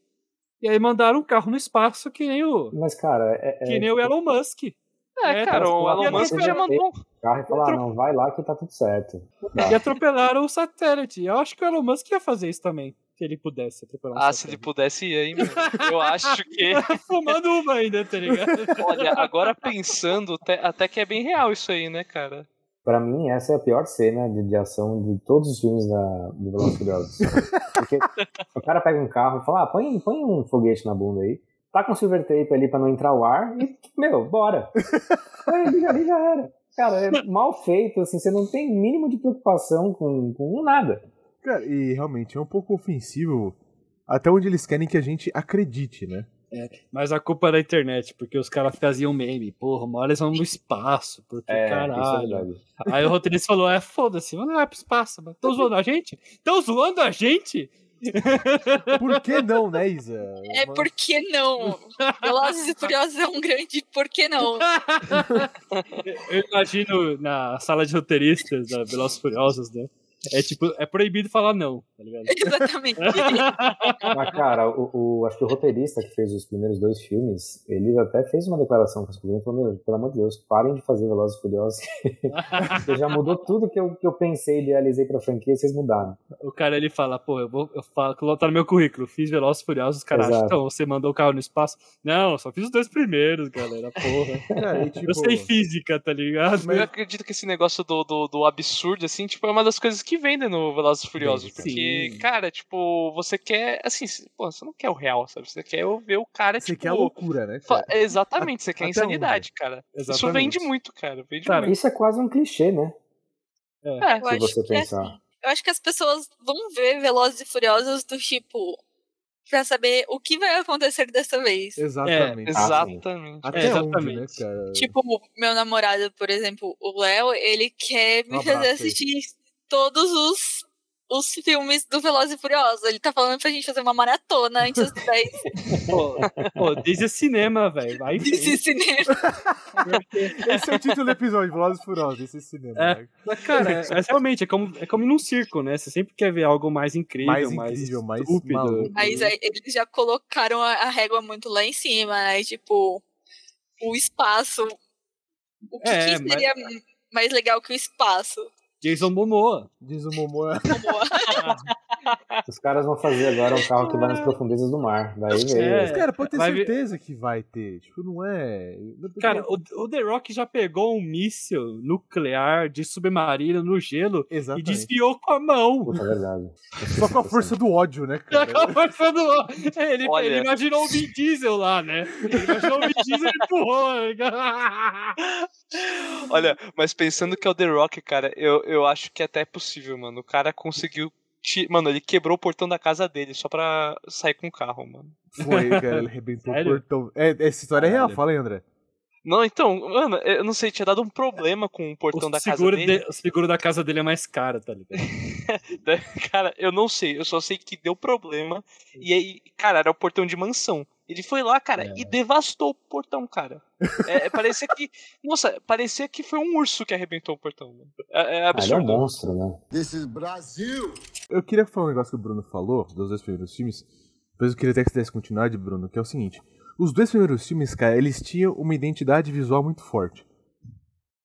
[SPEAKER 2] E aí mandaram um carro no espaço que nem o.
[SPEAKER 4] Mas, cara, é, é
[SPEAKER 2] que nem o Elon Musk. então,
[SPEAKER 3] É, cara, o Elon Musk já mandou um
[SPEAKER 4] carro e falar, ah, não, vai lá que tá tudo certo. Tá.
[SPEAKER 2] E atropelaram o satélite. Eu acho que o Elon Musk ia fazer isso também. Se ele pudesse atropelar um
[SPEAKER 3] Ah, se ele
[SPEAKER 2] satélite. *laughs*
[SPEAKER 3] pudesse ir, hein, meu? Eu acho que.
[SPEAKER 2] Fumando uma ainda, tá ligado?
[SPEAKER 3] Olha, agora pensando, até, até que é bem real isso aí, né, cara?
[SPEAKER 4] Pra mim, essa é a pior cena de, de ação de todos os filmes da, do Velozes e Furiosos. Porque *laughs* o cara pega um carro e fala, ah, põe, põe um foguete na bunda aí, tá com silver tape ali pra não entrar o ar e, meu, bora. Aí, ali, ali já era. Cara, é mal feito, assim, você não tem mínimo de preocupação com, com nada.
[SPEAKER 1] Cara, e realmente é um pouco ofensivo até onde eles querem que a gente acredite, né?
[SPEAKER 2] Mas a culpa era da internet, porque os caras faziam meme. Porra, uma hora eles vão no espaço, porque
[SPEAKER 4] isso é
[SPEAKER 2] caralho.
[SPEAKER 4] verdade.
[SPEAKER 2] Aí o roteirista falou: é foda-se, mas não é pro espaço, mano. Tão zoando a gente? Tão zoando a gente?
[SPEAKER 1] Por que não, né, Isa?
[SPEAKER 5] É por que não? Velozes e Furiosos é um grande por que não?
[SPEAKER 2] Eu imagino na sala de roteiristas da Velozes e Furiosos, né? É tipo, é proibido falar não, tá ligado?
[SPEAKER 5] Exatamente.
[SPEAKER 4] Mas, cara, o, o- acho que o roteirista que fez os primeiros dois filmes, ele até fez uma declaração com os clientes, falando, "Meu, pelo amor de Deus, parem de fazer Velozes
[SPEAKER 1] *laughs*
[SPEAKER 4] e Furiosos, Porque já mudou tudo que eu, que eu pensei e idealizei pra franquia, vocês mudaram.
[SPEAKER 2] O cara ele fala, pô, eu vou eu falo, tá no meu currículo, fiz Velozes e Furiosos, os caras acham,
[SPEAKER 4] Exato.
[SPEAKER 2] então você mandou o carro no espaço? Não, só fiz os dois primeiros,
[SPEAKER 1] *laughs*
[SPEAKER 2] galera, porra.
[SPEAKER 1] Cara, e, tipo,
[SPEAKER 2] Eu sei física, tá ligado?
[SPEAKER 3] Eu acredito que esse negócio do, do, do absurdo, assim, tipo, é uma das coisas que vendem no Velozes e Furiosos.
[SPEAKER 2] Vende,
[SPEAKER 3] Porque,
[SPEAKER 2] sim.
[SPEAKER 3] cara, tipo, você quer, assim, c- pô, você não quer o real, sabe? Você quer ver o cara,
[SPEAKER 1] Você
[SPEAKER 3] tipo...
[SPEAKER 1] quer a loucura, né?
[SPEAKER 3] fa-
[SPEAKER 1] cara?
[SPEAKER 3] Exatamente, você quer a
[SPEAKER 1] até
[SPEAKER 3] insanidade, cara. Isso vende muito, cara. Vende
[SPEAKER 2] Cara,
[SPEAKER 3] muito.
[SPEAKER 4] Isso é quase um clichê, né?
[SPEAKER 3] É,
[SPEAKER 5] Eu acho
[SPEAKER 4] você
[SPEAKER 5] que é
[SPEAKER 4] pensar.
[SPEAKER 5] assim. Eu acho que as pessoas vão ver Velozes e Furiosos do tipo pra saber o que vai acontecer dessa vez.
[SPEAKER 1] Exatamente.
[SPEAKER 3] exatamente.
[SPEAKER 1] Até
[SPEAKER 2] É,
[SPEAKER 1] onde,
[SPEAKER 2] exatamente.
[SPEAKER 1] né, cara?
[SPEAKER 5] Tipo, meu namorado, por exemplo, o Léo, ele quer me
[SPEAKER 1] Um abraço
[SPEAKER 5] fazer
[SPEAKER 1] aí.
[SPEAKER 5] assistir todos os, os filmes do Velozes e Furiosos. Ele tá falando pra gente fazer uma maratona antes das
[SPEAKER 1] *laughs*
[SPEAKER 5] 10
[SPEAKER 2] Pô, pô, desde o cinema, velho, vai
[SPEAKER 5] desse cinema.
[SPEAKER 1] Esse é o título do episódio, Velozes e Furiosos, esse cinema.
[SPEAKER 2] É,
[SPEAKER 1] né?
[SPEAKER 2] Mas, cara, é, é realmente, é como, é como ir num circo, né? Você sempre quer ver algo mais incrível,
[SPEAKER 1] Mais
[SPEAKER 2] mais,
[SPEAKER 1] incrível, mais
[SPEAKER 2] estúpido.
[SPEAKER 1] maluco.
[SPEAKER 5] Mas aí eles já colocaram a, a régua muito lá em cima, né? Tipo, o espaço. O que,
[SPEAKER 2] É,
[SPEAKER 5] que seria mais legal que o espaço?
[SPEAKER 2] Jason Momoa.
[SPEAKER 1] Diz o Momoa.
[SPEAKER 4] Os caras vão fazer agora um carro que vai nas profundezas do mar. Daí
[SPEAKER 2] É.
[SPEAKER 4] veio.
[SPEAKER 1] Cara, pode ter
[SPEAKER 2] vai vir-
[SPEAKER 1] certeza que vai ter. Tipo, não é. não-
[SPEAKER 2] Cara, o, o The Rock já pegou um míssil nuclear de submarino no gelo e
[SPEAKER 1] Exatamente.
[SPEAKER 2] desviou com a mão.
[SPEAKER 4] Puta, é verdade.
[SPEAKER 1] Só com a força do ódio, né,
[SPEAKER 2] Tá *laughs*
[SPEAKER 1] cara?
[SPEAKER 2] com a força do homem. ele,
[SPEAKER 3] Olha.
[SPEAKER 2] ele imaginou o Vin Diesel lá, né? Ele imaginou o Vin Diesel e empurrou. né?
[SPEAKER 3] Olha, mas pensando que é o The Rock, cara, eu, eu acho que até é possível, mano. O cara conseguiu. ti- Mano, ele quebrou o portão da casa dele só pra sair com o carro, mano.
[SPEAKER 1] Foi, cara, ele arrebentou o
[SPEAKER 2] Sério?
[SPEAKER 1] portão. É, essa história é real,
[SPEAKER 2] Caralho.
[SPEAKER 1] fala aí, André.
[SPEAKER 3] Não, então, mano, eu não sei, tinha dado um problema com o portão
[SPEAKER 2] O
[SPEAKER 3] da casa
[SPEAKER 2] seguro,
[SPEAKER 3] dele.
[SPEAKER 2] de- o seguro da casa dele é mais caro, tá ligado?
[SPEAKER 3] *laughs* Cara, eu não sei, eu só sei que deu problema. E aí, cara, era o portão de mansão. Ele foi lá, cara,
[SPEAKER 2] É.
[SPEAKER 3] e devastou o portão, cara. É, é, parecia que. *laughs* Nossa, parecia que foi um urso que arrebentou o portão. mano. É, é
[SPEAKER 4] Ah, ele é um
[SPEAKER 3] absurdo.
[SPEAKER 4] monstro, né?
[SPEAKER 1] Eu queria falar um negócio que o Bruno falou, dos dois primeiros filmes. Depois eu queria até que você desse continuidade, Bruno, que é o seguinte. Os dois primeiros filmes, cara, eles tinham uma identidade visual muito forte.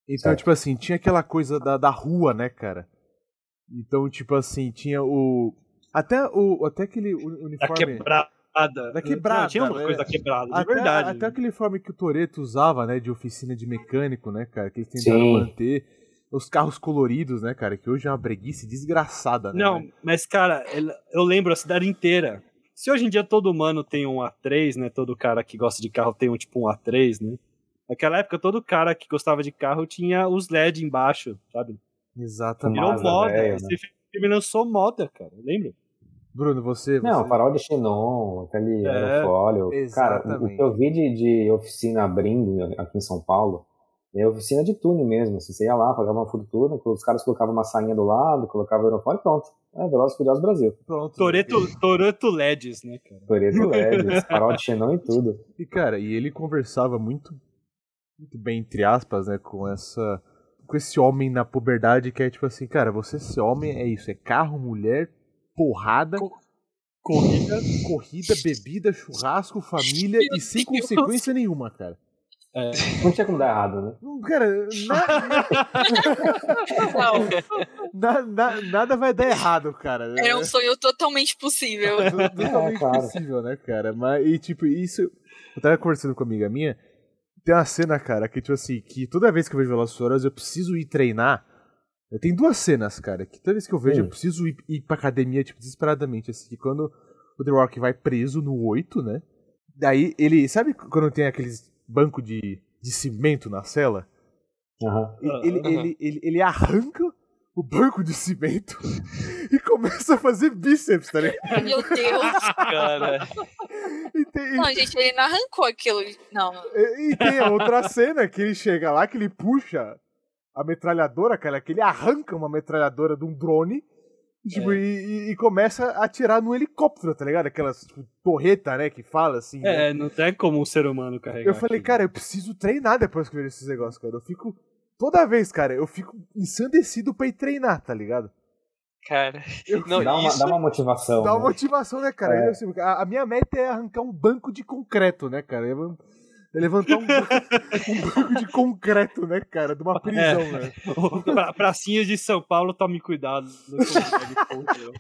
[SPEAKER 1] Então,
[SPEAKER 4] Certo.
[SPEAKER 1] tipo assim, tinha aquela coisa da, da rua, né, cara? Então, tipo assim, tinha o. Até o. Até aquele u-
[SPEAKER 2] Da
[SPEAKER 1] uniforme.
[SPEAKER 2] quebrada.
[SPEAKER 1] Da quebrada,
[SPEAKER 2] Não, tinha uma coisa
[SPEAKER 1] é.
[SPEAKER 2] da quebrada, de
[SPEAKER 1] Até,
[SPEAKER 2] verdade. né?
[SPEAKER 1] até aquele uniforme que o Toreto usava, né? De oficina de mecânico, né, cara? Que eles tentaram
[SPEAKER 4] Sim.
[SPEAKER 1] manter. Os carros coloridos, né, cara? Que hoje é uma breguice desgraçada, né?
[SPEAKER 2] Não, mas cara, ele- eu lembro a cidade inteira. Se hoje em dia todo humano tem um A3, né? Todo cara que gosta de carro tem um tipo um A3, né? Naquela época todo cara que gostava de carro tinha os LED embaixo, sabe?
[SPEAKER 1] Exatamente.
[SPEAKER 2] Virou
[SPEAKER 4] Mazda,
[SPEAKER 2] moda.
[SPEAKER 4] velho,
[SPEAKER 2] Esse
[SPEAKER 1] né?
[SPEAKER 2] filme lançou moda, cara. Lembra?
[SPEAKER 1] Bruno, você.
[SPEAKER 4] Não,
[SPEAKER 1] você...
[SPEAKER 4] farol de xenon, aquele
[SPEAKER 2] É,
[SPEAKER 4] aerofólio. Cara, o- o
[SPEAKER 1] exatamente.
[SPEAKER 4] que eu vi de, de oficina abrindo aqui em São Paulo é oficina de túnel mesmo. Assim, você ia lá, pagava uma fortuna, os caras colocavam uma sainha do lado, colocavam o aerofólio e pronto. É, Velozes e Furiosos Brasil.
[SPEAKER 1] Pronto.
[SPEAKER 2] Toreto, Toreto LEDs, né, cara?
[SPEAKER 4] Toreto LED, farol de xenon e tudo.
[SPEAKER 1] E, cara, e ele conversava muito, muito bem, entre aspas, né, com essa. Com esse homem na puberdade que é tipo assim, cara, você ser homem é isso, é carro, mulher, porrada,
[SPEAKER 2] Corrida.
[SPEAKER 1] corrida, bebida, churrasco, família e sem
[SPEAKER 5] Deus.
[SPEAKER 1] consequência nenhuma, cara.
[SPEAKER 4] Não tinha como dar errado, né?
[SPEAKER 1] Não, Cara, na-
[SPEAKER 3] *laughs* Não,
[SPEAKER 1] na- na- nada vai dar errado, cara.
[SPEAKER 5] Era um sonho totalmente
[SPEAKER 1] *laughs*
[SPEAKER 5] possível.
[SPEAKER 1] totalmente
[SPEAKER 4] É, claro.
[SPEAKER 1] possível, né, cara? Mas, e, tipo, isso. Eu tava conversando com uma amiga minha. Tem uma cena, cara, que, tipo assim, que toda vez que eu vejo Velozes e Furiosos, eu preciso ir treinar. Eu tenho duas cenas, cara, que toda vez que eu vejo,
[SPEAKER 4] Hum.
[SPEAKER 1] eu preciso ir, ir pra academia, tipo, desesperadamente. Assim, que quando o The Rock vai preso no 8, né? Daí ele. Sabe quando tem aqueles banco de, de cimento na cela?
[SPEAKER 4] Aham.
[SPEAKER 1] E
[SPEAKER 2] Ah,
[SPEAKER 1] ele,
[SPEAKER 3] aham.
[SPEAKER 1] ele, ele, ele arranca o banco de cimento *laughs* e começa a fazer bíceps, tá ligado?
[SPEAKER 5] Meu Deus.
[SPEAKER 3] cara.
[SPEAKER 1] E tem,
[SPEAKER 5] Não, gente, ele não arrancou aquilo. Não.
[SPEAKER 1] E, e tem a outra cena que ele chega lá, que ele puxa a metralhadora, cara, que ele arranca uma metralhadora de um drone
[SPEAKER 2] É.
[SPEAKER 1] tipo, e, e- e começa a atirar num helicóptero, tá ligado? Aquelas tipo, torreta, né, que fala assim. né?
[SPEAKER 2] É, não tem como um ser humano carregar.
[SPEAKER 1] Eu falei,
[SPEAKER 2] aquilo. *laughs*
[SPEAKER 1] cara, eu preciso treinar depois que eu vejo esses negócios, cara. Eu fico. Toda vez, cara, eu fico ensandecido pra ir treinar, tá ligado?
[SPEAKER 3] Cara. Não,
[SPEAKER 4] dá, uma,
[SPEAKER 3] isso-
[SPEAKER 4] dá uma motivação.
[SPEAKER 1] Dá
[SPEAKER 4] né?
[SPEAKER 1] uma motivação, né, cara?
[SPEAKER 4] É.
[SPEAKER 1] Eu, assim, a, a minha meta é arrancar um banco de concreto, né, cara? Eu- eu levantar um, um banco *laughs* de concreto, né, cara? De uma prisão, né?
[SPEAKER 2] Pra- Pracinhas de São Paulo, tome cuidado.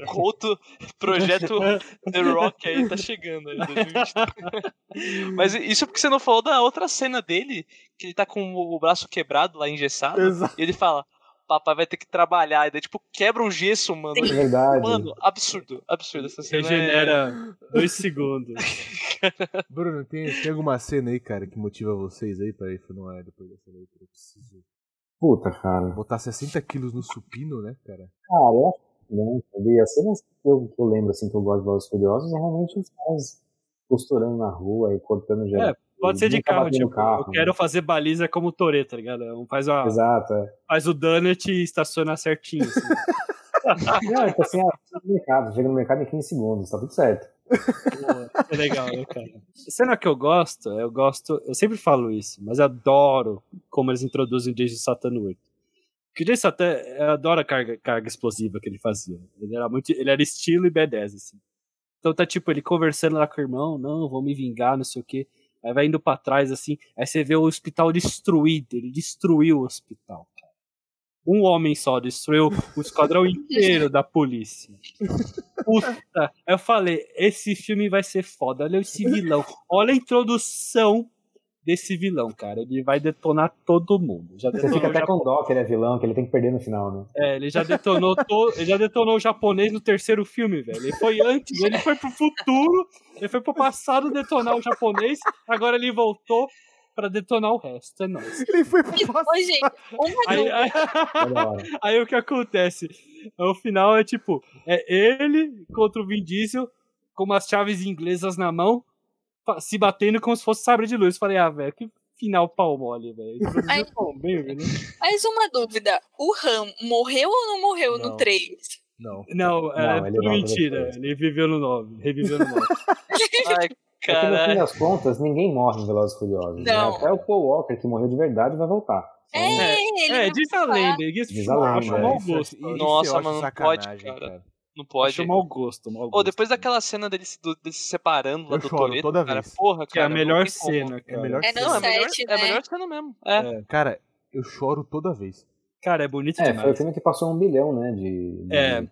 [SPEAKER 3] Couto, projeto The Rock aí tá chegando. Aí, 2023. Mas isso é porque você não falou da outra cena dele, que ele tá com o braço quebrado lá,
[SPEAKER 1] *laughs*
[SPEAKER 3] engessado,
[SPEAKER 1] Exato.
[SPEAKER 3] e ele fala, papai vai ter que trabalhar, e daí tipo, quebra um gesso, mano.
[SPEAKER 4] É Verdade.
[SPEAKER 3] Mano, absurdo, absurdo essa cena. é-
[SPEAKER 2] Regenera dois segundos.
[SPEAKER 1] Bruno, tem, tem alguma cena aí, cara, que motiva vocês aí pra ir no ar depois dessa noite? Eu preciso
[SPEAKER 4] Puta, cara.
[SPEAKER 1] botar 60 quilos no supino, né, cara?
[SPEAKER 4] Cara, eu acho que não, sabia? As cenas que eu, que eu lembro, assim, que eu gosto de Velozes e Furiosos, é realmente os caras costurando na rua e cortando geral.
[SPEAKER 2] Pode ser de
[SPEAKER 4] Nunca
[SPEAKER 2] carro,
[SPEAKER 4] tá batendo
[SPEAKER 2] tipo,
[SPEAKER 4] carro, né?
[SPEAKER 2] eu quero fazer baliza como Toreto, tá ligado? Um Faz, a,
[SPEAKER 4] Exato. é.
[SPEAKER 2] faz o donut e estaciona certinho. assim.
[SPEAKER 4] Não, é que assim, ah, chega no mercado, chega no mercado em 15 segundos, tá tudo certo.
[SPEAKER 2] é legal, né, cara? Cena que eu gosto, eu gosto, eu sempre falo isso, mas eu adoro como eles introduzem o Jason Satan no 8. Porque o Jason Satan, eu adoro a carga, carga explosiva que ele fazia. Ele era muito, ele era estilo e B10, assim. Então tá tipo, ele conversando lá com o irmão, não, eu vou me vingar, não sei o quê. Aí vai indo pra trás, assim, aí você vê o hospital destruído, ele destruiu o hospital, cara. Um homem só destruiu o esquadrão inteiro da polícia. Puta, eu falei, esse filme vai ser foda. Olha esse vilão. Olha a introdução desse vilão, cara. Ele vai detonar todo mundo. Já
[SPEAKER 4] Você
[SPEAKER 2] detonou,
[SPEAKER 4] fica até
[SPEAKER 2] já,
[SPEAKER 4] com dó que ele é vilão, que ele tem que perder no final, né?
[SPEAKER 2] é, ele já detonou to, ele já detonou o japonês no terceiro filme, velho. Ele foi antes, ele foi pro futuro, ele foi pro passado detonar o japonês, agora ele voltou pra detonar o resto. É nóis.
[SPEAKER 1] Ele foi pro
[SPEAKER 5] Ô, gente, uma
[SPEAKER 2] Aí,
[SPEAKER 5] dúvida.
[SPEAKER 2] aí-
[SPEAKER 4] Olha lá.
[SPEAKER 2] Aí o que acontece? O final é tipo, é ele contra o Vin Diesel com umas chaves inglesas na mão, fa- se batendo como se fosse sabre de luz. Falei, ah, velho, que final pau mole, velho.
[SPEAKER 5] Ai.
[SPEAKER 2] Introduziu pau bem, velho.
[SPEAKER 5] Mais uma dúvida. O Ram morreu ou não morreu
[SPEAKER 1] Não.
[SPEAKER 5] no 3?
[SPEAKER 1] *laughs* Não.
[SPEAKER 2] Não, era
[SPEAKER 4] Não, ele
[SPEAKER 2] tudo
[SPEAKER 4] volta
[SPEAKER 2] mentira.
[SPEAKER 4] depois.
[SPEAKER 2] Ele viveu no 9, reviveu no 9.
[SPEAKER 3] Ai,
[SPEAKER 4] É que no fim
[SPEAKER 3] cara.
[SPEAKER 4] das contas, ninguém morre em Velozes e Furiosos. né?
[SPEAKER 5] Não.
[SPEAKER 4] Até o Paul Walker, que morreu de verdade, vai voltar.
[SPEAKER 5] É, ele
[SPEAKER 2] é,
[SPEAKER 5] não
[SPEAKER 2] diz a
[SPEAKER 5] tá.
[SPEAKER 2] lenda. Diz,
[SPEAKER 4] Diz a lenda,
[SPEAKER 2] Acho
[SPEAKER 4] é.
[SPEAKER 2] mau
[SPEAKER 1] um Isso-
[SPEAKER 2] gosto.
[SPEAKER 1] isso
[SPEAKER 3] Nossa,
[SPEAKER 1] eu acho
[SPEAKER 3] mano, não
[SPEAKER 1] sacanagem,
[SPEAKER 3] pode, cara. Não
[SPEAKER 2] Acho
[SPEAKER 3] pode.
[SPEAKER 2] mau gosto, mau
[SPEAKER 3] Ô,
[SPEAKER 2] gosto.
[SPEAKER 3] depois daquela cena dele se, do- dele se separando lá
[SPEAKER 1] Eu
[SPEAKER 3] do
[SPEAKER 1] choro
[SPEAKER 3] Toreto,
[SPEAKER 1] toda
[SPEAKER 3] cara,
[SPEAKER 1] vez.
[SPEAKER 3] porra,
[SPEAKER 2] Que é
[SPEAKER 3] cara.
[SPEAKER 2] a melhor
[SPEAKER 3] não tem como.
[SPEAKER 2] cena, cara.
[SPEAKER 1] É melhor
[SPEAKER 5] É no
[SPEAKER 1] cena.
[SPEAKER 3] Não, é melhor,
[SPEAKER 5] Sete,
[SPEAKER 3] é a
[SPEAKER 5] né?
[SPEAKER 3] melhor cena mesmo. É.
[SPEAKER 1] Cara, eu choro toda vez.
[SPEAKER 2] Cara, é bonito
[SPEAKER 4] É, foi o
[SPEAKER 2] demais.
[SPEAKER 4] filme que passou um bilhão, né? De, de-
[SPEAKER 2] É,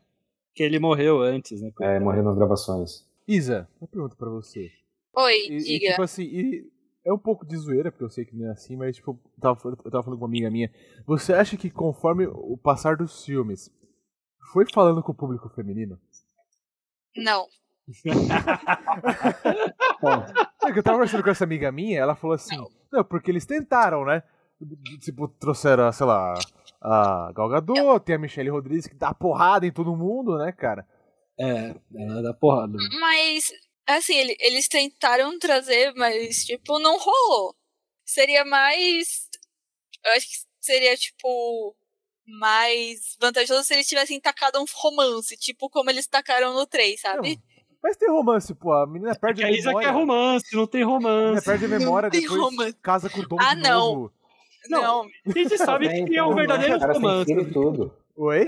[SPEAKER 2] que ele morreu antes, né?
[SPEAKER 4] é, morreu nas gravações.
[SPEAKER 1] Isa, uma pergunta pra você.
[SPEAKER 5] Oi,
[SPEAKER 1] E, e,
[SPEAKER 5] diga.
[SPEAKER 1] tipo assim, e é um pouco de zoeira, porque eu sei que não é assim, mas tipo, eu tava, fal- eu tava falando com uma amiga minha. Você acha que conforme o passar dos filmes, foi falando com o público feminino?
[SPEAKER 5] Não.
[SPEAKER 4] Ponto.
[SPEAKER 1] É que eu tava conversando com essa amiga minha, ela falou assim, não, porque eles tentaram, né? Tipo, trouxeram, sei lá, a Gal Gadot, tem a Michelle Rodrigues que dá porrada em todo mundo, né, cara?
[SPEAKER 2] É, ela dá porrada.
[SPEAKER 5] Mas, assim, ele- eles tentaram trazer, mas, tipo, não rolou. Seria mais. Eu acho que seria, tipo. Mais vantajoso se eles tivessem tacado um romance, tipo como eles tacaram no 3, sabe?
[SPEAKER 1] Mas tem romance, pô, a menina perde
[SPEAKER 2] Porque a
[SPEAKER 1] a
[SPEAKER 2] Isa
[SPEAKER 1] memória.
[SPEAKER 2] quer é romance, não tem
[SPEAKER 1] A menina
[SPEAKER 2] romance.
[SPEAKER 1] perde a memória,
[SPEAKER 5] tem
[SPEAKER 1] depois
[SPEAKER 5] romance.
[SPEAKER 1] casa com o Dom
[SPEAKER 5] Ah,
[SPEAKER 1] de
[SPEAKER 5] não.
[SPEAKER 1] novo.
[SPEAKER 2] Não, a gente
[SPEAKER 4] *laughs*
[SPEAKER 2] sabe
[SPEAKER 4] Tem
[SPEAKER 2] que é
[SPEAKER 4] filho,
[SPEAKER 2] o
[SPEAKER 4] né?
[SPEAKER 2] verdadeiro
[SPEAKER 4] Os caras têm
[SPEAKER 2] romance.
[SPEAKER 4] filho e tudo.
[SPEAKER 1] Oi?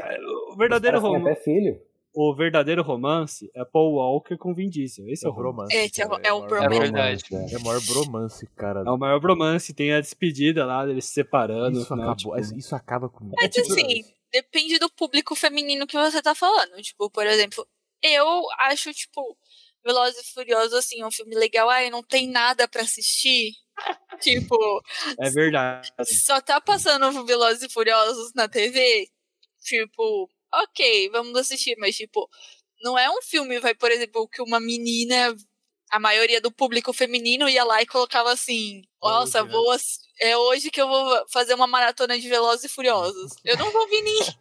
[SPEAKER 2] O verdadeiro
[SPEAKER 4] Os caras têm
[SPEAKER 2] romance.
[SPEAKER 4] até filho.
[SPEAKER 2] O verdadeiro romance é Paul Walker com Vin Diesel. Esse é o romance.
[SPEAKER 1] bromance.
[SPEAKER 5] Esse é,
[SPEAKER 1] cara,
[SPEAKER 5] é um
[SPEAKER 1] o maior-
[SPEAKER 5] bromance.
[SPEAKER 3] verdade.
[SPEAKER 4] romance,
[SPEAKER 1] É o maior bromance, cara.
[SPEAKER 2] É o maior romance, tem a despedida lá, deles se separando.
[SPEAKER 1] Isso,
[SPEAKER 2] né,
[SPEAKER 1] acabou,
[SPEAKER 2] tipo,
[SPEAKER 1] isso acaba é tipo comigo.
[SPEAKER 5] Mas assim, depende do público feminino que você tá falando. Tipo, por exemplo, eu acho, tipo, Velozes e Furiosos, assim, um filme legal. Ai, não tem nada pra assistir. tipo,
[SPEAKER 2] é verdade.
[SPEAKER 5] só tá passando Velozes e Furiosos na TV. Tipo, ok, vamos assistir. Mas, tipo, não é um filme, vai, por exemplo, que uma menina... A maioria do público feminino ia lá e colocava assim: Nossa,
[SPEAKER 1] Olha.
[SPEAKER 5] vou, ass- é hoje que eu vou fazer uma maratona de Velozes e Furiosos. Eu não vou ver ninguém.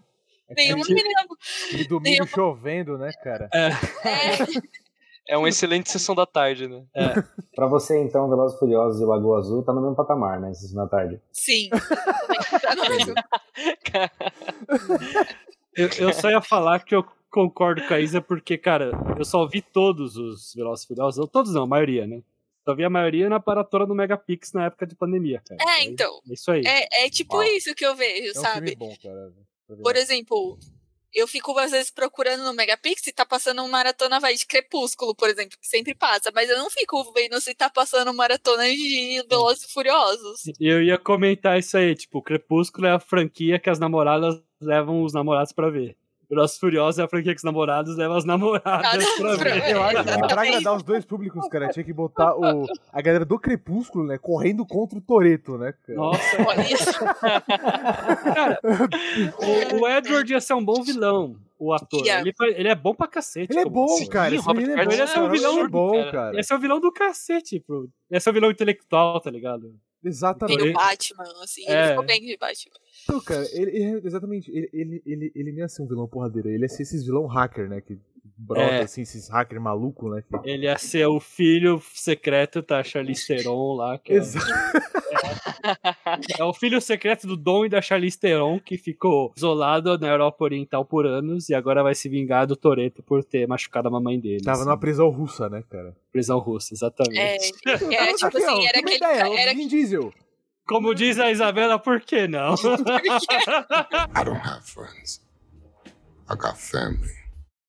[SPEAKER 1] é
[SPEAKER 5] Nenhuma
[SPEAKER 2] que-
[SPEAKER 5] menina.
[SPEAKER 1] E tipo domingo chovendo, né, cara?
[SPEAKER 5] É,
[SPEAKER 3] É uma excelente sessão da tarde, né?
[SPEAKER 4] Pra você, então, Velozes e Furiosos e Lagoa Azul tá no mesmo patamar, né? Sessão da tarde.
[SPEAKER 5] sim. Tá no mesmo.
[SPEAKER 2] Eu, eu só ia falar que eu concordo com a Isa, porque, cara, eu só vi todos os Velozes e Furiosos. não, Todos não, a maioria, né? Só vi a maioria na paratora do Megapix na época de pandemia, cara.
[SPEAKER 5] *laughs* É, então.
[SPEAKER 2] É isso aí.
[SPEAKER 5] É, é tipo
[SPEAKER 4] Uau.
[SPEAKER 5] isso que eu vejo,
[SPEAKER 1] É um filme
[SPEAKER 5] sabe?
[SPEAKER 1] bom, cara.
[SPEAKER 5] Por exemplo, eu fico às vezes procurando no Megapix se tá passando um maratona vai de Crepúsculo, por exemplo, que sempre passa, mas eu não fico vendo se tá passando maratona de Velozes e Furiosos.
[SPEAKER 2] Eu ia comentar isso aí, tipo, o Crepúsculo é a franquia que as namoradas levam os namorados pra ver. Velozes e Furiosos é a franquia que os namorados levam as namoradas
[SPEAKER 5] Nada
[SPEAKER 2] pra
[SPEAKER 5] pra
[SPEAKER 2] ver.
[SPEAKER 5] ver.
[SPEAKER 1] Eu acho que pra
[SPEAKER 5] Exatamente.
[SPEAKER 1] agradar os dois públicos, cara, tinha que botar o, a galera do Crepúsculo, né? Correndo contra o Toreto, né, cara?
[SPEAKER 2] Nossa,
[SPEAKER 5] Olha isso.
[SPEAKER 2] cara, o, o Edward ia ser um bom vilão, o ator.
[SPEAKER 5] Ia.
[SPEAKER 2] Ele, foi- ele é bom pra cacete.
[SPEAKER 1] Ele é
[SPEAKER 2] como
[SPEAKER 1] bom,
[SPEAKER 2] ator.
[SPEAKER 1] cara. Esse
[SPEAKER 3] Robert
[SPEAKER 1] menino é bom,
[SPEAKER 3] Pattinson
[SPEAKER 1] cara.
[SPEAKER 2] é um
[SPEAKER 1] Ele é
[SPEAKER 2] vilão,
[SPEAKER 1] bom,
[SPEAKER 3] cara.
[SPEAKER 1] cara.
[SPEAKER 2] Esse é o vilão do cacete, pro. Esse é o vilão intelectual, tá ligado?
[SPEAKER 1] Exatamente.
[SPEAKER 5] Veio o Batman, assim,
[SPEAKER 2] É.
[SPEAKER 5] ele ficou bem de Batman.
[SPEAKER 1] Então, cara, ele, ele- exatamente, ele, ele, ele, ele não ia ser um vilão porradeiro, ele ia ser esses vilão hacker, né? Que brota,
[SPEAKER 2] É.
[SPEAKER 1] assim, esses hacker maluco, né? que-
[SPEAKER 2] Ele ia ser o filho secreto da Charlize Theron lá. Que é,
[SPEAKER 1] Exa-
[SPEAKER 2] é o filho secreto do Dom e da Charlize Theron, que ficou isolado na Europa Oriental por anos e agora vai se vingar do Toreto por ter machucado a mamãe dele.
[SPEAKER 1] Tava
[SPEAKER 2] assim,
[SPEAKER 1] numa prisão russa, né, cara?
[SPEAKER 2] prisão russa, exatamente.
[SPEAKER 5] É, é tipo assim, era aquele
[SPEAKER 1] ideia,
[SPEAKER 5] cara.
[SPEAKER 1] é
[SPEAKER 5] Era
[SPEAKER 1] o Vin Diesel.
[SPEAKER 2] Como diz a Isabela, por que não?
[SPEAKER 7] I don't have friends. I got family.